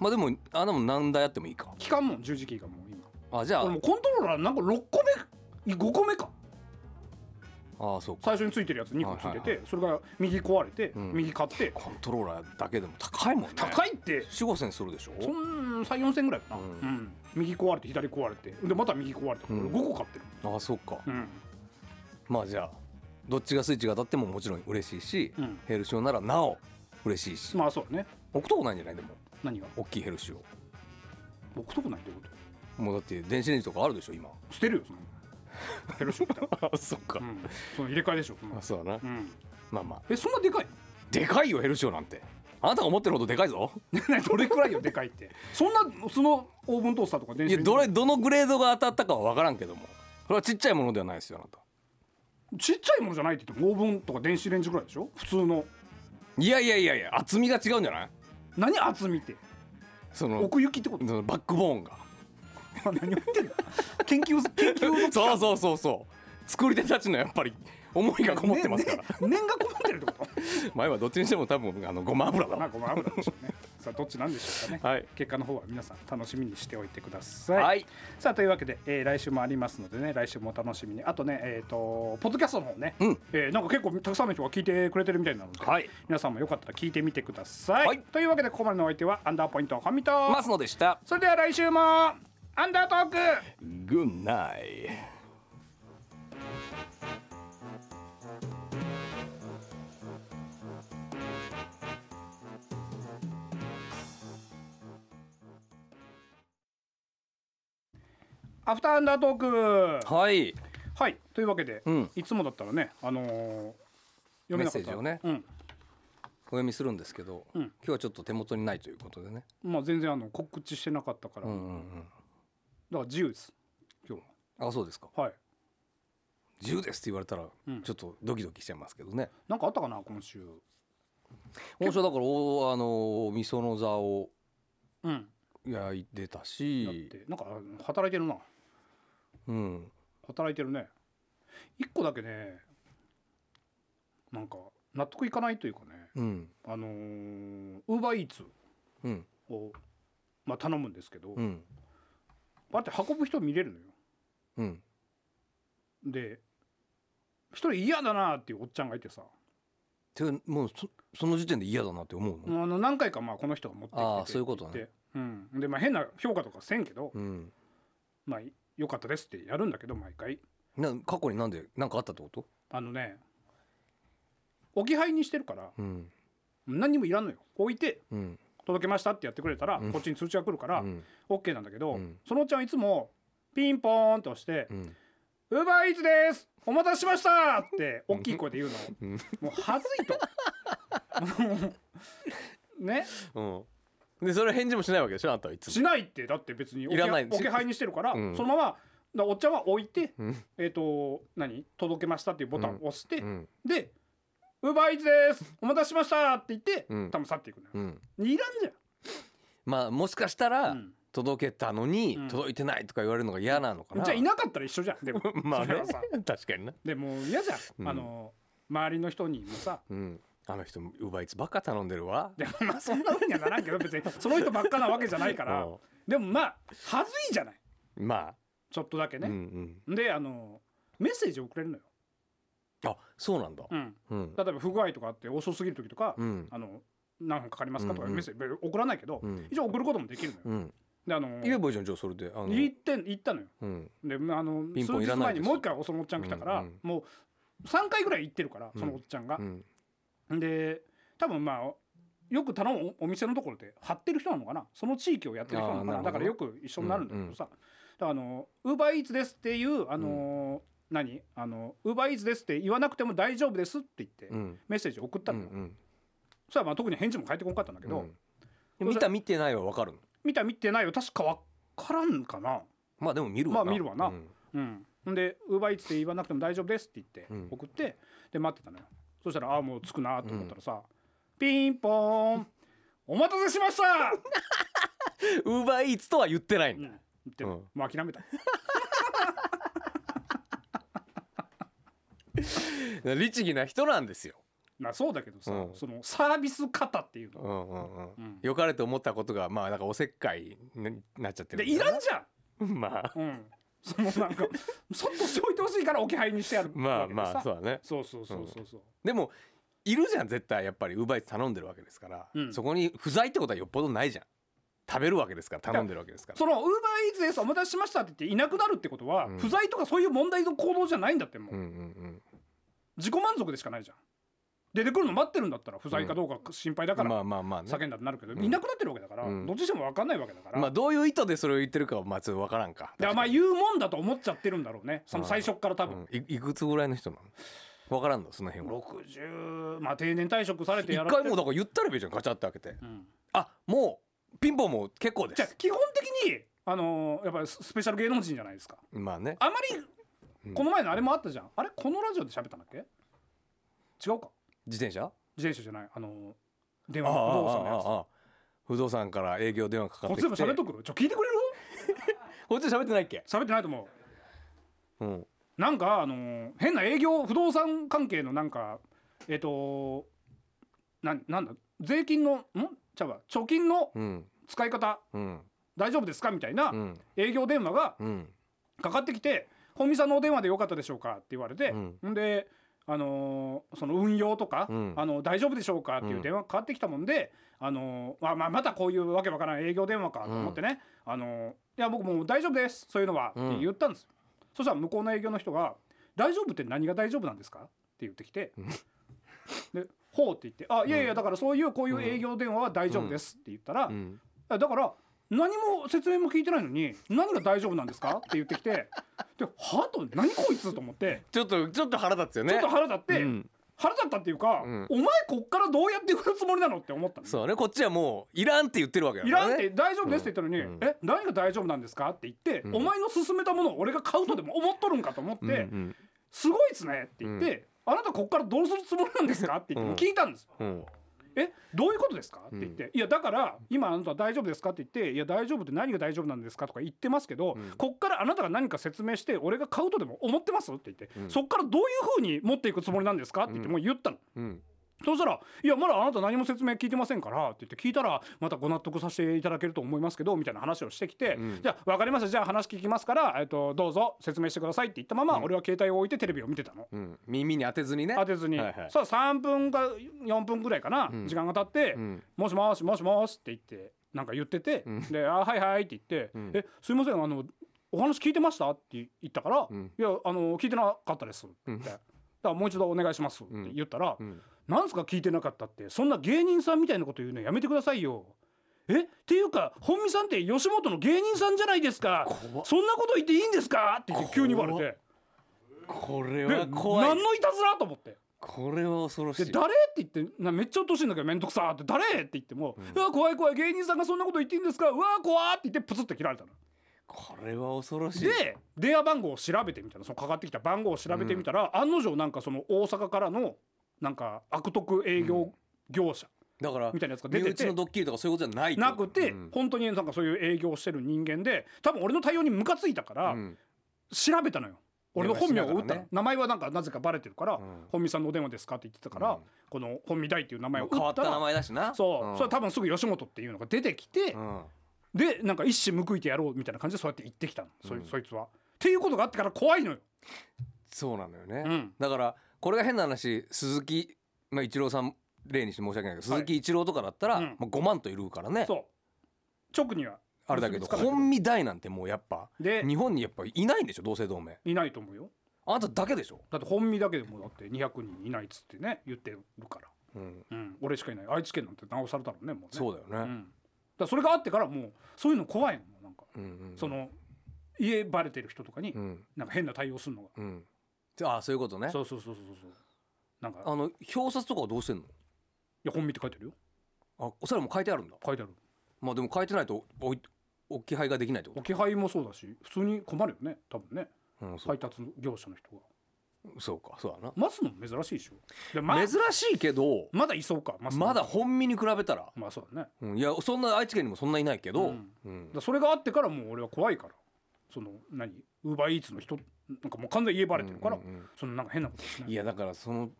[SPEAKER 4] まあでもあでも何台やってもいいか
[SPEAKER 3] 期間も十字キーがもう今
[SPEAKER 4] あじゃ
[SPEAKER 3] 俺もうコントローラーなんか6個目5個目か
[SPEAKER 4] ああそうか
[SPEAKER 3] 最初についてるやつ2個ついてて、
[SPEAKER 4] はい
[SPEAKER 3] それが右壊れて、
[SPEAKER 4] ん
[SPEAKER 3] 右買って
[SPEAKER 4] コントローラーだけでも高いもんね
[SPEAKER 3] 高いって
[SPEAKER 4] 四五千するでしょ
[SPEAKER 3] そん34千ぐらいかな、
[SPEAKER 4] うん
[SPEAKER 3] うん右壊れて左壊れてでまた右壊れて、
[SPEAKER 4] うん
[SPEAKER 3] 俺5個買ってる、
[SPEAKER 4] ああそうか、
[SPEAKER 3] うん
[SPEAKER 4] まあじゃあどっちがスイッチが当たってももちろん嬉しいし、
[SPEAKER 3] うん
[SPEAKER 4] ヘルシオならなお嬉しいし、
[SPEAKER 3] まあそうだね
[SPEAKER 4] 置くとこないんじゃないでも
[SPEAKER 3] 何が
[SPEAKER 4] 大きいヘルシオ
[SPEAKER 3] 置くとこないってこ
[SPEAKER 4] もうだって電子レンジとかあるでし ょ今
[SPEAKER 3] と捨てるよそのヘルショみたいな
[SPEAKER 4] あそっか
[SPEAKER 3] うんその入れ替えでしょその
[SPEAKER 4] あそうだな、
[SPEAKER 3] うん
[SPEAKER 4] まあまあ
[SPEAKER 3] えそんなでかい
[SPEAKER 4] でかいよヘルシオなんてあなたが思ってるほどでかいぞ
[SPEAKER 3] どれくらいよでかいってそんなそのオーブントースターとか電
[SPEAKER 4] い
[SPEAKER 3] 子
[SPEAKER 4] や
[SPEAKER 3] レンジ
[SPEAKER 4] どれどのグレードが当たったかは分からんけどもこれはちっちゃいものではないですよあなた
[SPEAKER 3] ちっちゃいものじゃないって言ってもオーブンとか電子レンジぐらいでしょ普通の
[SPEAKER 4] いやいやいやいや厚みが違うんじゃない
[SPEAKER 3] 何厚みって
[SPEAKER 4] その
[SPEAKER 3] 奥行きってこと
[SPEAKER 4] そのバックボーンが
[SPEAKER 3] 何言ってんの研究研 究
[SPEAKER 4] そうそうそうそう作り手たちのやっぱり思いがこもってますから、
[SPEAKER 3] ねね念がこもってるってこと
[SPEAKER 4] 前はどっちにしても多分あのごま油だ
[SPEAKER 3] まあ
[SPEAKER 4] わ
[SPEAKER 3] ごま油でしょうね。さあどっちなんでしょうかね。
[SPEAKER 4] はい
[SPEAKER 3] 結果の方は皆さん楽しみにしておいてください。
[SPEAKER 4] はい
[SPEAKER 3] さあというわけで、えー来週もありますのでね来週もお楽しみに。あとねえっ、とポッドキャストの方ね、
[SPEAKER 4] ん
[SPEAKER 3] えーなんか結構たくさんの人が聞いてくれてるみたいなので、
[SPEAKER 4] はい
[SPEAKER 3] 皆さんもよかったら聞いてみてください。
[SPEAKER 4] はい
[SPEAKER 3] というわけでここまでのお相手はアンダーポイントハミと、
[SPEAKER 4] マスノでした
[SPEAKER 3] それでは来週もアンダートーク。
[SPEAKER 4] グッナイ
[SPEAKER 3] アフターアンダートーク。
[SPEAKER 4] はい
[SPEAKER 3] はいというわけで、
[SPEAKER 4] うん
[SPEAKER 3] いつもだったらねあのー読めなかった
[SPEAKER 4] メッセージをね
[SPEAKER 3] うん
[SPEAKER 4] お読みするんですけど、
[SPEAKER 3] うん
[SPEAKER 4] 今日はちょっと手元にないということでね
[SPEAKER 3] まあ全然あの告知してなかったから、
[SPEAKER 4] うんう
[SPEAKER 3] だか
[SPEAKER 4] ん
[SPEAKER 3] ら自由です今日
[SPEAKER 4] うんあそうですか
[SPEAKER 3] ははい
[SPEAKER 4] 銃ですって言われたら
[SPEAKER 3] うん
[SPEAKER 4] ちょっとドキドキしちゃいますけどね、
[SPEAKER 3] なんかあったかな今週
[SPEAKER 4] 今週はだからおあの味噌の座を
[SPEAKER 3] うん
[SPEAKER 4] 焼いてた
[SPEAKER 3] だっ
[SPEAKER 4] して
[SPEAKER 3] なんかあ働いてるな
[SPEAKER 4] うん
[SPEAKER 3] 働いてるね一個だけねなんか納得いかないというかね
[SPEAKER 4] うん
[SPEAKER 3] あのー、ウーバーイーツ
[SPEAKER 4] うん
[SPEAKER 3] をまあ頼むんですけど、
[SPEAKER 4] うん
[SPEAKER 3] あれって運ぶ人見れるのよ
[SPEAKER 4] うん
[SPEAKER 3] で一人嫌だなっていうおっちゃんがいてさ
[SPEAKER 4] てかもうそその時点で嫌だなって思うの、
[SPEAKER 3] あの何回かまあこの人が持ってきてて
[SPEAKER 4] ああそういうことね
[SPEAKER 3] って言ってうん、でまあ変な評価とかせんけど、
[SPEAKER 4] うん、
[SPEAKER 3] まあ良かったですってやるんだけど毎回
[SPEAKER 4] な過去になんで何かあったってこと、
[SPEAKER 3] あのね置き配にしてるから
[SPEAKER 4] うん、
[SPEAKER 3] 何にもいらんのよ置いて
[SPEAKER 5] うん
[SPEAKER 3] 届けましたってやってくれたら、
[SPEAKER 5] うん
[SPEAKER 3] こっちに通知が来るから、
[SPEAKER 5] うん
[SPEAKER 3] OK なんだけど、
[SPEAKER 5] うん
[SPEAKER 3] そのおっちゃんはいつもピンポーンと押して
[SPEAKER 5] うん
[SPEAKER 3] 「ウーバーイーツですお待たせしました!」って大きい声で言うの、
[SPEAKER 5] ん
[SPEAKER 3] もう恥ずいと。 ね、
[SPEAKER 5] うんでそれ返事もしないわけでしょあんたはいつも
[SPEAKER 3] しないってだって別に置
[SPEAKER 5] い
[SPEAKER 3] き
[SPEAKER 5] らない
[SPEAKER 3] 置き配にしてるから、
[SPEAKER 5] うん
[SPEAKER 3] そのままだからおっちゃんは置いて、
[SPEAKER 5] うん
[SPEAKER 3] えっ、と何届けましたっていうボタンを押して、
[SPEAKER 5] うん
[SPEAKER 3] で「ウーバーイーツですお待たせしました」って言って、
[SPEAKER 5] うん
[SPEAKER 3] 多分去っていくのよ、
[SPEAKER 5] うん
[SPEAKER 3] いらんじゃん
[SPEAKER 5] まあもしかしたら
[SPEAKER 3] うん
[SPEAKER 5] 届けたのに
[SPEAKER 3] うん
[SPEAKER 5] 届いてないとか言われるのが嫌なのかな
[SPEAKER 3] じゃあいなかったら一緒じゃんでも
[SPEAKER 5] まあ
[SPEAKER 3] それ
[SPEAKER 5] ね
[SPEAKER 3] はさ
[SPEAKER 5] 確かにな
[SPEAKER 3] でもう嫌じゃん、
[SPEAKER 5] うん
[SPEAKER 3] あの周りの人にもさ
[SPEAKER 5] うんあの人奪いつばっか頼んでるわ
[SPEAKER 3] でもまあそんなふうにはならんけど別にその人ばっかなわけじゃないから
[SPEAKER 5] うん
[SPEAKER 3] でもまあ恥ずいじゃない
[SPEAKER 5] ま
[SPEAKER 3] ちょっとだけ
[SPEAKER 5] あうんうん
[SPEAKER 3] ね、であのメッセージ送れるのよ、
[SPEAKER 5] あそうなんだ
[SPEAKER 3] うん、
[SPEAKER 5] うん
[SPEAKER 3] 例えば不具合とかあって遅すぎる時とか、
[SPEAKER 5] うん
[SPEAKER 3] あの何分かかりますかと
[SPEAKER 5] う
[SPEAKER 3] か
[SPEAKER 5] んうん
[SPEAKER 3] メッセージ別に送らないけど、
[SPEAKER 5] うん
[SPEAKER 3] 一応送ることもできるのよ、
[SPEAKER 5] うん
[SPEAKER 3] であの
[SPEAKER 5] 言えばいいじゃんじゃあそれであの
[SPEAKER 3] 言って言ったのよ
[SPEAKER 5] うん
[SPEAKER 3] でまああの
[SPEAKER 5] ピン
[SPEAKER 3] 数
[SPEAKER 5] ポンい
[SPEAKER 3] 日
[SPEAKER 5] らな
[SPEAKER 3] 前
[SPEAKER 5] い
[SPEAKER 3] に
[SPEAKER 5] です
[SPEAKER 3] もう一回おそのおっちゃん来たから、
[SPEAKER 5] うんうん
[SPEAKER 3] もう3回ぐらい行ってるからそのおっちゃんが
[SPEAKER 5] う、ん
[SPEAKER 3] で多分まあよく頼むおお店のところで貼ってる人なのかなその地域をやってる人なのか
[SPEAKER 5] あーなるほ
[SPEAKER 3] な
[SPEAKER 5] ど
[SPEAKER 3] だからよく一緒になるんだけどさ「だからあのウーバーイーツです」っていうあのー、何あのウーバーイーツですって言わなくても大丈夫ですって言って、
[SPEAKER 5] うん
[SPEAKER 3] メッセージ送った
[SPEAKER 5] う
[SPEAKER 3] の
[SPEAKER 5] ん
[SPEAKER 3] よ、
[SPEAKER 5] うん
[SPEAKER 3] そしたらまあ特に返事も返ってこなかったんだけど、
[SPEAKER 5] うん見た見てないはわかるの
[SPEAKER 3] 見た見てないよ確かわからんかな
[SPEAKER 5] まあでも見るわな
[SPEAKER 3] まあ見るわな
[SPEAKER 5] うん
[SPEAKER 3] うんほんで「ウーバーイーツって言わなくても大丈夫です」って言って
[SPEAKER 5] うん
[SPEAKER 3] 送って、で待ってたのよそしたらああもう着くなと思ったらさ、ピンポーンお待たせしました
[SPEAKER 5] ウーバーイーツとは言ってないんだ
[SPEAKER 3] 言ってる
[SPEAKER 5] うん
[SPEAKER 3] もう諦めた
[SPEAKER 5] 律儀な人なんですよ
[SPEAKER 3] まあそうだけどさ、
[SPEAKER 5] うん
[SPEAKER 3] そのサービス方っていう
[SPEAKER 5] う
[SPEAKER 3] の、
[SPEAKER 5] んうんうん
[SPEAKER 3] うん
[SPEAKER 5] 良かれと思ったことがまあなんかおせっかいになっちゃってる
[SPEAKER 3] でいらんじゃん、
[SPEAKER 5] ん まあ
[SPEAKER 3] うん、そのなんかそっとしておいてほしいから置き配にしてある
[SPEAKER 5] まあ
[SPEAKER 3] わけでさ
[SPEAKER 5] まあそうだね
[SPEAKER 3] そうそうそうそうそう、
[SPEAKER 5] でもいるじゃん絶対やっぱりウーバーイーツ頼んでるわけですから、
[SPEAKER 3] うん
[SPEAKER 5] そこに不在ってことはよっぽどないじゃん食べるわけですから頼んでるわけですから
[SPEAKER 3] そのウーバーイーツですお待たせしましたって言っていなくなるってことは、
[SPEAKER 5] うん
[SPEAKER 3] 不在とかそういう問題の行動じゃないんだってもう、
[SPEAKER 5] うんうんうん
[SPEAKER 3] 自己満足でしかないじゃん出てくるの待ってるんだったら不在かどうか心配だから
[SPEAKER 5] まあまあまあね
[SPEAKER 3] 叫んだってなるけど、
[SPEAKER 5] ん
[SPEAKER 3] いなくなってるわけだから、
[SPEAKER 5] うん
[SPEAKER 3] どっちでも分かんないわけだから、
[SPEAKER 5] まあどういう意図でそれを言ってるかはまあちょっと分からんか
[SPEAKER 3] でまあ
[SPEAKER 5] 確かに
[SPEAKER 3] 言うもんだと思っちゃってるんだろうねその最初っから多分、
[SPEAKER 5] うんいいくつぐらいの人なの分からんのその辺は
[SPEAKER 3] 60まあ定年退職されて
[SPEAKER 5] 一
[SPEAKER 3] やら
[SPEAKER 5] 回もう
[SPEAKER 3] だ、
[SPEAKER 5] だから言ったらいいじゃんガチャって開けて、
[SPEAKER 3] うん
[SPEAKER 5] あもうピンポンもう結構で
[SPEAKER 3] じゃあ
[SPEAKER 5] す
[SPEAKER 3] 基本的にあのーやっぱりススペシャル芸能人じゃないですか
[SPEAKER 5] まあね
[SPEAKER 3] あまりこの前のあれもあったじゃん、あれこのラジオで喋ったんだっけ違うか
[SPEAKER 5] 自転車
[SPEAKER 3] 自転車じゃないあのー電
[SPEAKER 5] あ
[SPEAKER 3] 話
[SPEAKER 5] あ
[SPEAKER 3] の
[SPEAKER 5] あ
[SPEAKER 3] 不動産のや
[SPEAKER 5] あ
[SPEAKER 3] つ
[SPEAKER 5] ああ不動産から営業電話かかっ
[SPEAKER 3] こ
[SPEAKER 5] て
[SPEAKER 3] っ
[SPEAKER 5] きて
[SPEAKER 3] ちでも喋っとくちょ聞いてくれる
[SPEAKER 5] こっちで喋ってないっけ
[SPEAKER 3] 喋ってないと思
[SPEAKER 5] うん
[SPEAKER 3] うなんかあのー変な営業不動産関係のなんかえっ、となんなんだ税金のんちゃうわ貯金の
[SPEAKER 5] うん
[SPEAKER 3] 使い方
[SPEAKER 5] うん
[SPEAKER 3] 大丈夫ですかみたいな
[SPEAKER 5] うん
[SPEAKER 3] 営業電話が
[SPEAKER 5] うん
[SPEAKER 3] かかってきて「本見さんのお電話でよかったでしょうか?」って言われて、、
[SPEAKER 5] うん
[SPEAKER 3] で、あのーその運用とか、
[SPEAKER 5] うん
[SPEAKER 3] あの大丈夫でしょうかっていう電話がかかってきたもんで、あのーあまあ、またこういうわけわからん営業電話かと思ってね「あのーいや僕もう大丈夫ですそういうのは」って
[SPEAKER 5] うん
[SPEAKER 3] 言ったんですよ。そしたら向こうの営業の人が「大丈夫って何が大丈夫なんですか?」って言ってきて。でほうって言って「あいやいやだからそういうこういう営業電話は大丈夫です」って言ったら、
[SPEAKER 5] うん
[SPEAKER 3] あだから何も説明も聞いてないのに何が大丈夫なんですかって言ってきてではと何こいつと思って
[SPEAKER 5] ちょっとちょっと腹立つよね
[SPEAKER 3] ちょっと腹立って、
[SPEAKER 5] うん
[SPEAKER 3] 腹立ったっていうか、
[SPEAKER 5] うん
[SPEAKER 3] お前こっからどうやって振るつもりなのって思ったの
[SPEAKER 5] そうねこっちはもういらんって言ってるわけだ
[SPEAKER 3] い
[SPEAKER 5] からら、ね、
[SPEAKER 3] んって大丈夫ですって言ったのに、
[SPEAKER 5] うん
[SPEAKER 3] え何が大丈夫なんですかって言って、
[SPEAKER 5] ん
[SPEAKER 3] お前の勧めたものを俺が買うとでも思っとるんかと思って、
[SPEAKER 5] うん
[SPEAKER 3] すごいっすねって言って、あなたこっからどうするつもりなんですかって言っても聞いたんですよ
[SPEAKER 5] うんうん
[SPEAKER 3] えどういうことですか?」って言って「いやだから今あなたは大丈夫ですか?」って言って「いや大丈夫って何が大丈夫なんですか?」とか言ってますけど、こっからあなたが何か説明して俺が買うとでも思ってますって言って、そっからどういうふうに持っていくつもりなんですかって言ってもう言ったの。
[SPEAKER 5] うん
[SPEAKER 3] そうしたら「いやまだあなた何も説明聞いてませんから」って言って聞いたら「またご納得させていただけると思いますけど」みたいな話をしてきて「
[SPEAKER 5] ん
[SPEAKER 3] じゃあ分かりましたじゃあ話聞きますから、えっと、どうぞ説明してください」って言ったまま、俺は携帯を置いてテレビを見てたの。
[SPEAKER 5] うん耳に当てずにね
[SPEAKER 3] 当てずに、
[SPEAKER 5] はいはい
[SPEAKER 3] さあ3分か4分ぐらいかな、時間が経って、
[SPEAKER 5] ん
[SPEAKER 3] もしもしもしもし」って言ってなんか言ってて、で「あはいはい」って言って「
[SPEAKER 5] ん
[SPEAKER 3] えすいませんあのお話聞いてました?」って言ったから「
[SPEAKER 5] ん
[SPEAKER 3] いやあの聞いてなかったです」って言って、だからもう一度お願いします」って言ったら、
[SPEAKER 5] ん
[SPEAKER 3] なんすか聞いてなかったってそんな芸人さんみたいなこと言うのやめてくださいよえっていうか本見さんって吉本の芸人さんじゃないですかそんなこと言っていいんですかって言って急に言われて
[SPEAKER 5] これ
[SPEAKER 3] え
[SPEAKER 5] は
[SPEAKER 3] 何
[SPEAKER 5] 怖い
[SPEAKER 3] のいたずらと思って
[SPEAKER 5] これは恐ろし
[SPEAKER 3] で
[SPEAKER 5] い
[SPEAKER 3] 誰って言ってなめっちゃ落としいんだけど面倒くさーって誰って言っても、うわ怖い怖い芸人さんがそんなこと言っていいんですかうわ怖ーって言ってプツって切られたの。
[SPEAKER 5] これは恐ろしい
[SPEAKER 3] で電話番号を調べてみたらそのかかってきた番号を調べてみたら、案の定なんかその大阪からのなんか悪徳営業業者
[SPEAKER 5] だから
[SPEAKER 3] みたいなやつが出てて
[SPEAKER 5] 身内のドッキリとかそういうことじゃないってこ
[SPEAKER 3] な
[SPEAKER 5] と
[SPEAKER 3] くて、
[SPEAKER 5] うん
[SPEAKER 3] 本当になんかそういう営業をしてる人間で多分俺の対応にムカついたから、
[SPEAKER 5] うん
[SPEAKER 3] 調べたのよ俺の本名を打っ
[SPEAKER 5] 電話しなが
[SPEAKER 3] たの、
[SPEAKER 5] らね
[SPEAKER 3] 名前はなんかなぜかバレてるから「
[SPEAKER 5] ん
[SPEAKER 3] 本見さんのお電話ですか?」って言ってたから、
[SPEAKER 5] うん
[SPEAKER 3] この「本見大」っていう名前を打
[SPEAKER 5] 変わ
[SPEAKER 3] っ
[SPEAKER 5] ったた
[SPEAKER 3] ら
[SPEAKER 5] 名前だしな
[SPEAKER 3] そう、
[SPEAKER 5] ん
[SPEAKER 3] それは多分すぐ吉本っていうのが出てきて、
[SPEAKER 5] うん
[SPEAKER 3] でなんか一矢報いてやろうみたいな感じでそうやって言ってきたの、そいそいつは。っていうことがあってから怖いのよ。
[SPEAKER 5] そうなのよね、
[SPEAKER 3] うん
[SPEAKER 5] だからこれが変な話鈴木、まあ、一郎さん例にして申し訳ないけど、
[SPEAKER 3] はい
[SPEAKER 5] 鈴木一郎とかだったら、
[SPEAKER 3] うん
[SPEAKER 5] まあ、5万といるからね
[SPEAKER 3] そう直には
[SPEAKER 5] あれだけど
[SPEAKER 3] 結びつかない
[SPEAKER 5] 本身大なんてもうやっぱ
[SPEAKER 3] で
[SPEAKER 5] 日本にやっぱいないんでしょ同姓同名
[SPEAKER 3] いないと思うよ
[SPEAKER 5] あんただけでしょ、
[SPEAKER 3] だって本身だけでもだって200人いないっつってね言ってるから、
[SPEAKER 5] うん、
[SPEAKER 3] うん、俺しかいない愛知県なんてなおされたもんねもうね
[SPEAKER 5] そうだよね、
[SPEAKER 3] うん、だからそれがあってからもうそういうの怖いのもうなんか、
[SPEAKER 5] うんうん
[SPEAKER 3] その家バレてる人とかに
[SPEAKER 5] うん
[SPEAKER 3] なんか変な対応するのが、
[SPEAKER 5] うんああそういうことね
[SPEAKER 3] そうそうそうそうそうなんか
[SPEAKER 5] あの表札とかはどうしてんの
[SPEAKER 3] いや本身って書いてあるよ
[SPEAKER 5] あそれも書いてあるんだ
[SPEAKER 3] 書いてある
[SPEAKER 5] まあでも書いてないとおい置き配ができないってこ
[SPEAKER 3] 置き配もそうだし普通に困るよね多分ね
[SPEAKER 5] と、うん、そう
[SPEAKER 3] 配達業者の人が
[SPEAKER 5] そうかそうだな、
[SPEAKER 3] 待つの珍しいでしょでま
[SPEAKER 5] 珍しいけど
[SPEAKER 3] まだいそうか待つの
[SPEAKER 5] まだ本身に比べたら
[SPEAKER 3] まあそうだね
[SPEAKER 5] うん、いやそんな愛知県にもそんないないけど、
[SPEAKER 3] う
[SPEAKER 5] うんん
[SPEAKER 3] だからそれがあってからもう俺は怖いからその何ウーバーイーツの人なんかもう完全に家バレてるから、
[SPEAKER 5] うんうんうん
[SPEAKER 3] そのなんか変なことしない
[SPEAKER 5] いやだからその、
[SPEAKER 3] ん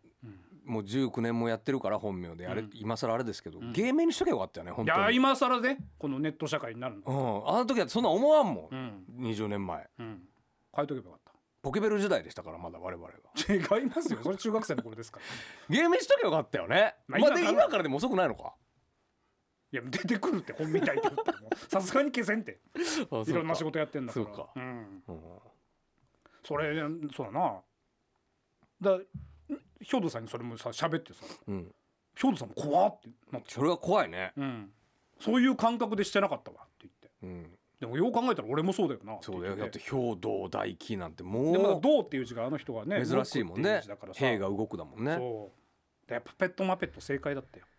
[SPEAKER 5] もう19年もやってるから本名であれ、
[SPEAKER 3] うん
[SPEAKER 5] 今更あれですけど、芸名にしとけばよかったよね本
[SPEAKER 3] い
[SPEAKER 5] 当に
[SPEAKER 3] や今更でこのネット社会になるの
[SPEAKER 5] うん、あの時はそんな思わんも、
[SPEAKER 3] うんん
[SPEAKER 5] 20年前
[SPEAKER 3] うん変えとけばよかっ
[SPEAKER 5] ポケベル時代でしたからまだ我々が
[SPEAKER 3] た違いますよ それ中学生の頃ですから
[SPEAKER 5] 芸名しとけばよかったよね、
[SPEAKER 3] まあ
[SPEAKER 5] まあ
[SPEAKER 3] 今
[SPEAKER 5] で
[SPEAKER 3] から
[SPEAKER 5] 今からでも遅くないのか
[SPEAKER 3] いや出てくるって本みたいって言ってもさすがに消せんっていろんな仕事やってんだから
[SPEAKER 5] そうか
[SPEAKER 3] ん、
[SPEAKER 5] うん
[SPEAKER 3] それそうだなだ兵頭さんにそれもさ喋ってさ
[SPEAKER 5] うん、
[SPEAKER 3] 兵頭さんも怖ってなって
[SPEAKER 5] それは怖いね、
[SPEAKER 3] うん、そういう感覚でしてなかったわって言って
[SPEAKER 5] うん、
[SPEAKER 3] でもよう考えたら俺もそうだよなって
[SPEAKER 5] そ
[SPEAKER 3] 言
[SPEAKER 5] う
[SPEAKER 3] っ
[SPEAKER 5] だよ
[SPEAKER 3] て
[SPEAKER 5] だってて兵道大輝なんて
[SPEAKER 3] でまだ
[SPEAKER 5] も
[SPEAKER 3] 銅っていう字があの人がね
[SPEAKER 5] う珍しいもん
[SPEAKER 3] 動く
[SPEAKER 5] ね
[SPEAKER 3] ってう字だからさ
[SPEAKER 5] 兵が動くだもんね
[SPEAKER 3] そうでやっぱペットマペット正解だったよやっ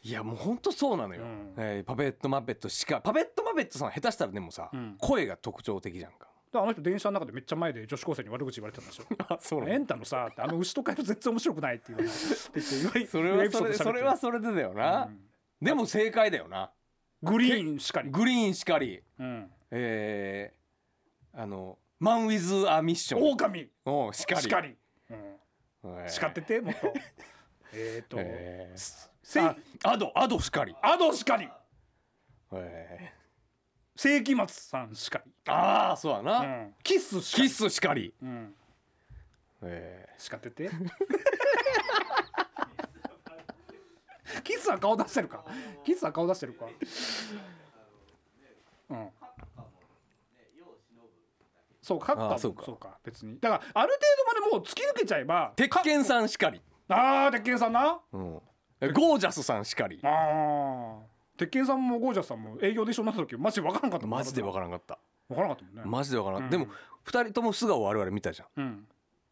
[SPEAKER 5] いやもうほんとそうなのよ、
[SPEAKER 3] うん
[SPEAKER 5] えーパペットマペットしかパペットマペットさん下手したらでもさ、
[SPEAKER 3] うん
[SPEAKER 5] 声が特徴的じゃんか
[SPEAKER 3] ぱであの人電車の中でめっちゃ前で女子高生に悪口言われてたんですよ
[SPEAKER 5] あ そ
[SPEAKER 3] エンタのさあの牛とかより全然面白くないっていうって言って言わ
[SPEAKER 5] それは
[SPEAKER 3] エピソ
[SPEAKER 5] そ
[SPEAKER 3] ー
[SPEAKER 5] れ
[SPEAKER 3] ド喋って
[SPEAKER 5] それはそれでだよな、
[SPEAKER 3] うん
[SPEAKER 5] でも正解だよな
[SPEAKER 3] グリーンしかり、
[SPEAKER 5] グリーンしかり
[SPEAKER 3] うん、
[SPEAKER 5] えー、あのマン・ウィズ・ア・ミッション
[SPEAKER 3] 狼
[SPEAKER 5] おうしかり
[SPEAKER 3] しかり、うん、
[SPEAKER 5] えー
[SPEAKER 3] 叱っててもっ とえっと、
[SPEAKER 5] えー
[SPEAKER 3] せい
[SPEAKER 5] あアドアドしかり、
[SPEAKER 3] アドしかり
[SPEAKER 5] え
[SPEAKER 3] 世紀末さんしかり、
[SPEAKER 5] ー、ああそうだな、
[SPEAKER 3] うん、キスしか
[SPEAKER 5] キ
[SPEAKER 3] り、
[SPEAKER 5] スしかり、
[SPEAKER 3] うん、
[SPEAKER 5] え
[SPEAKER 3] 叱ってて キスは顔出してるかキスは顔出してるかうんそうカッ
[SPEAKER 5] あ
[SPEAKER 3] カ
[SPEAKER 5] あそ
[SPEAKER 3] そうか
[SPEAKER 5] か
[SPEAKER 3] そうか別にだからある程度までもう突き抜けちゃえば
[SPEAKER 5] ー、鉄拳さんしかり、
[SPEAKER 3] ああ鉄拳さんな
[SPEAKER 5] うん、えゴージャスさんしかり
[SPEAKER 3] ああ鉄拳さんもゴージャスさんも営業で一緒になった時マジ分からんかったもん
[SPEAKER 5] マジでわからんかった
[SPEAKER 3] 分からんかったもんね、
[SPEAKER 5] マジでわからん、
[SPEAKER 3] うん
[SPEAKER 5] でも2人とも素顔我々見たじゃん
[SPEAKER 3] うん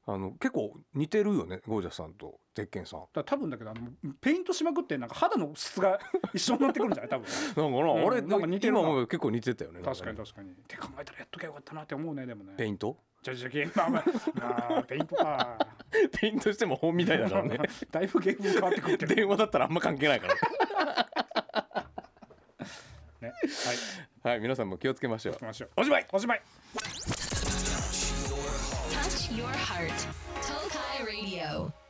[SPEAKER 5] あの結構似てるよねゴージャスさんと鉄拳さん
[SPEAKER 3] だから多分だけどあのペイントしまくってなんか肌の質が一緒になってくるんじゃない 多分
[SPEAKER 5] なんかな、
[SPEAKER 3] うん
[SPEAKER 5] あれ
[SPEAKER 3] なんか似てるな
[SPEAKER 5] 今も結構似てたよ ね
[SPEAKER 3] 確かに
[SPEAKER 5] なんね
[SPEAKER 3] 確かにって考えたらやっときゃよかったなって思うねでもね
[SPEAKER 5] ペイント
[SPEAKER 3] じゃじゃゲームまあまあまあペイントか
[SPEAKER 5] ペイントしても本みた いだから ね
[SPEAKER 3] だいぶゲーム変わってくるけどね
[SPEAKER 5] 電話だったらあんま関係ないから
[SPEAKER 3] はい
[SPEAKER 5] はい皆さんも気をつけましょう
[SPEAKER 3] 行きましょう
[SPEAKER 5] おしまい
[SPEAKER 3] おしまい
[SPEAKER 2] Touch your heart. Tokai Radio.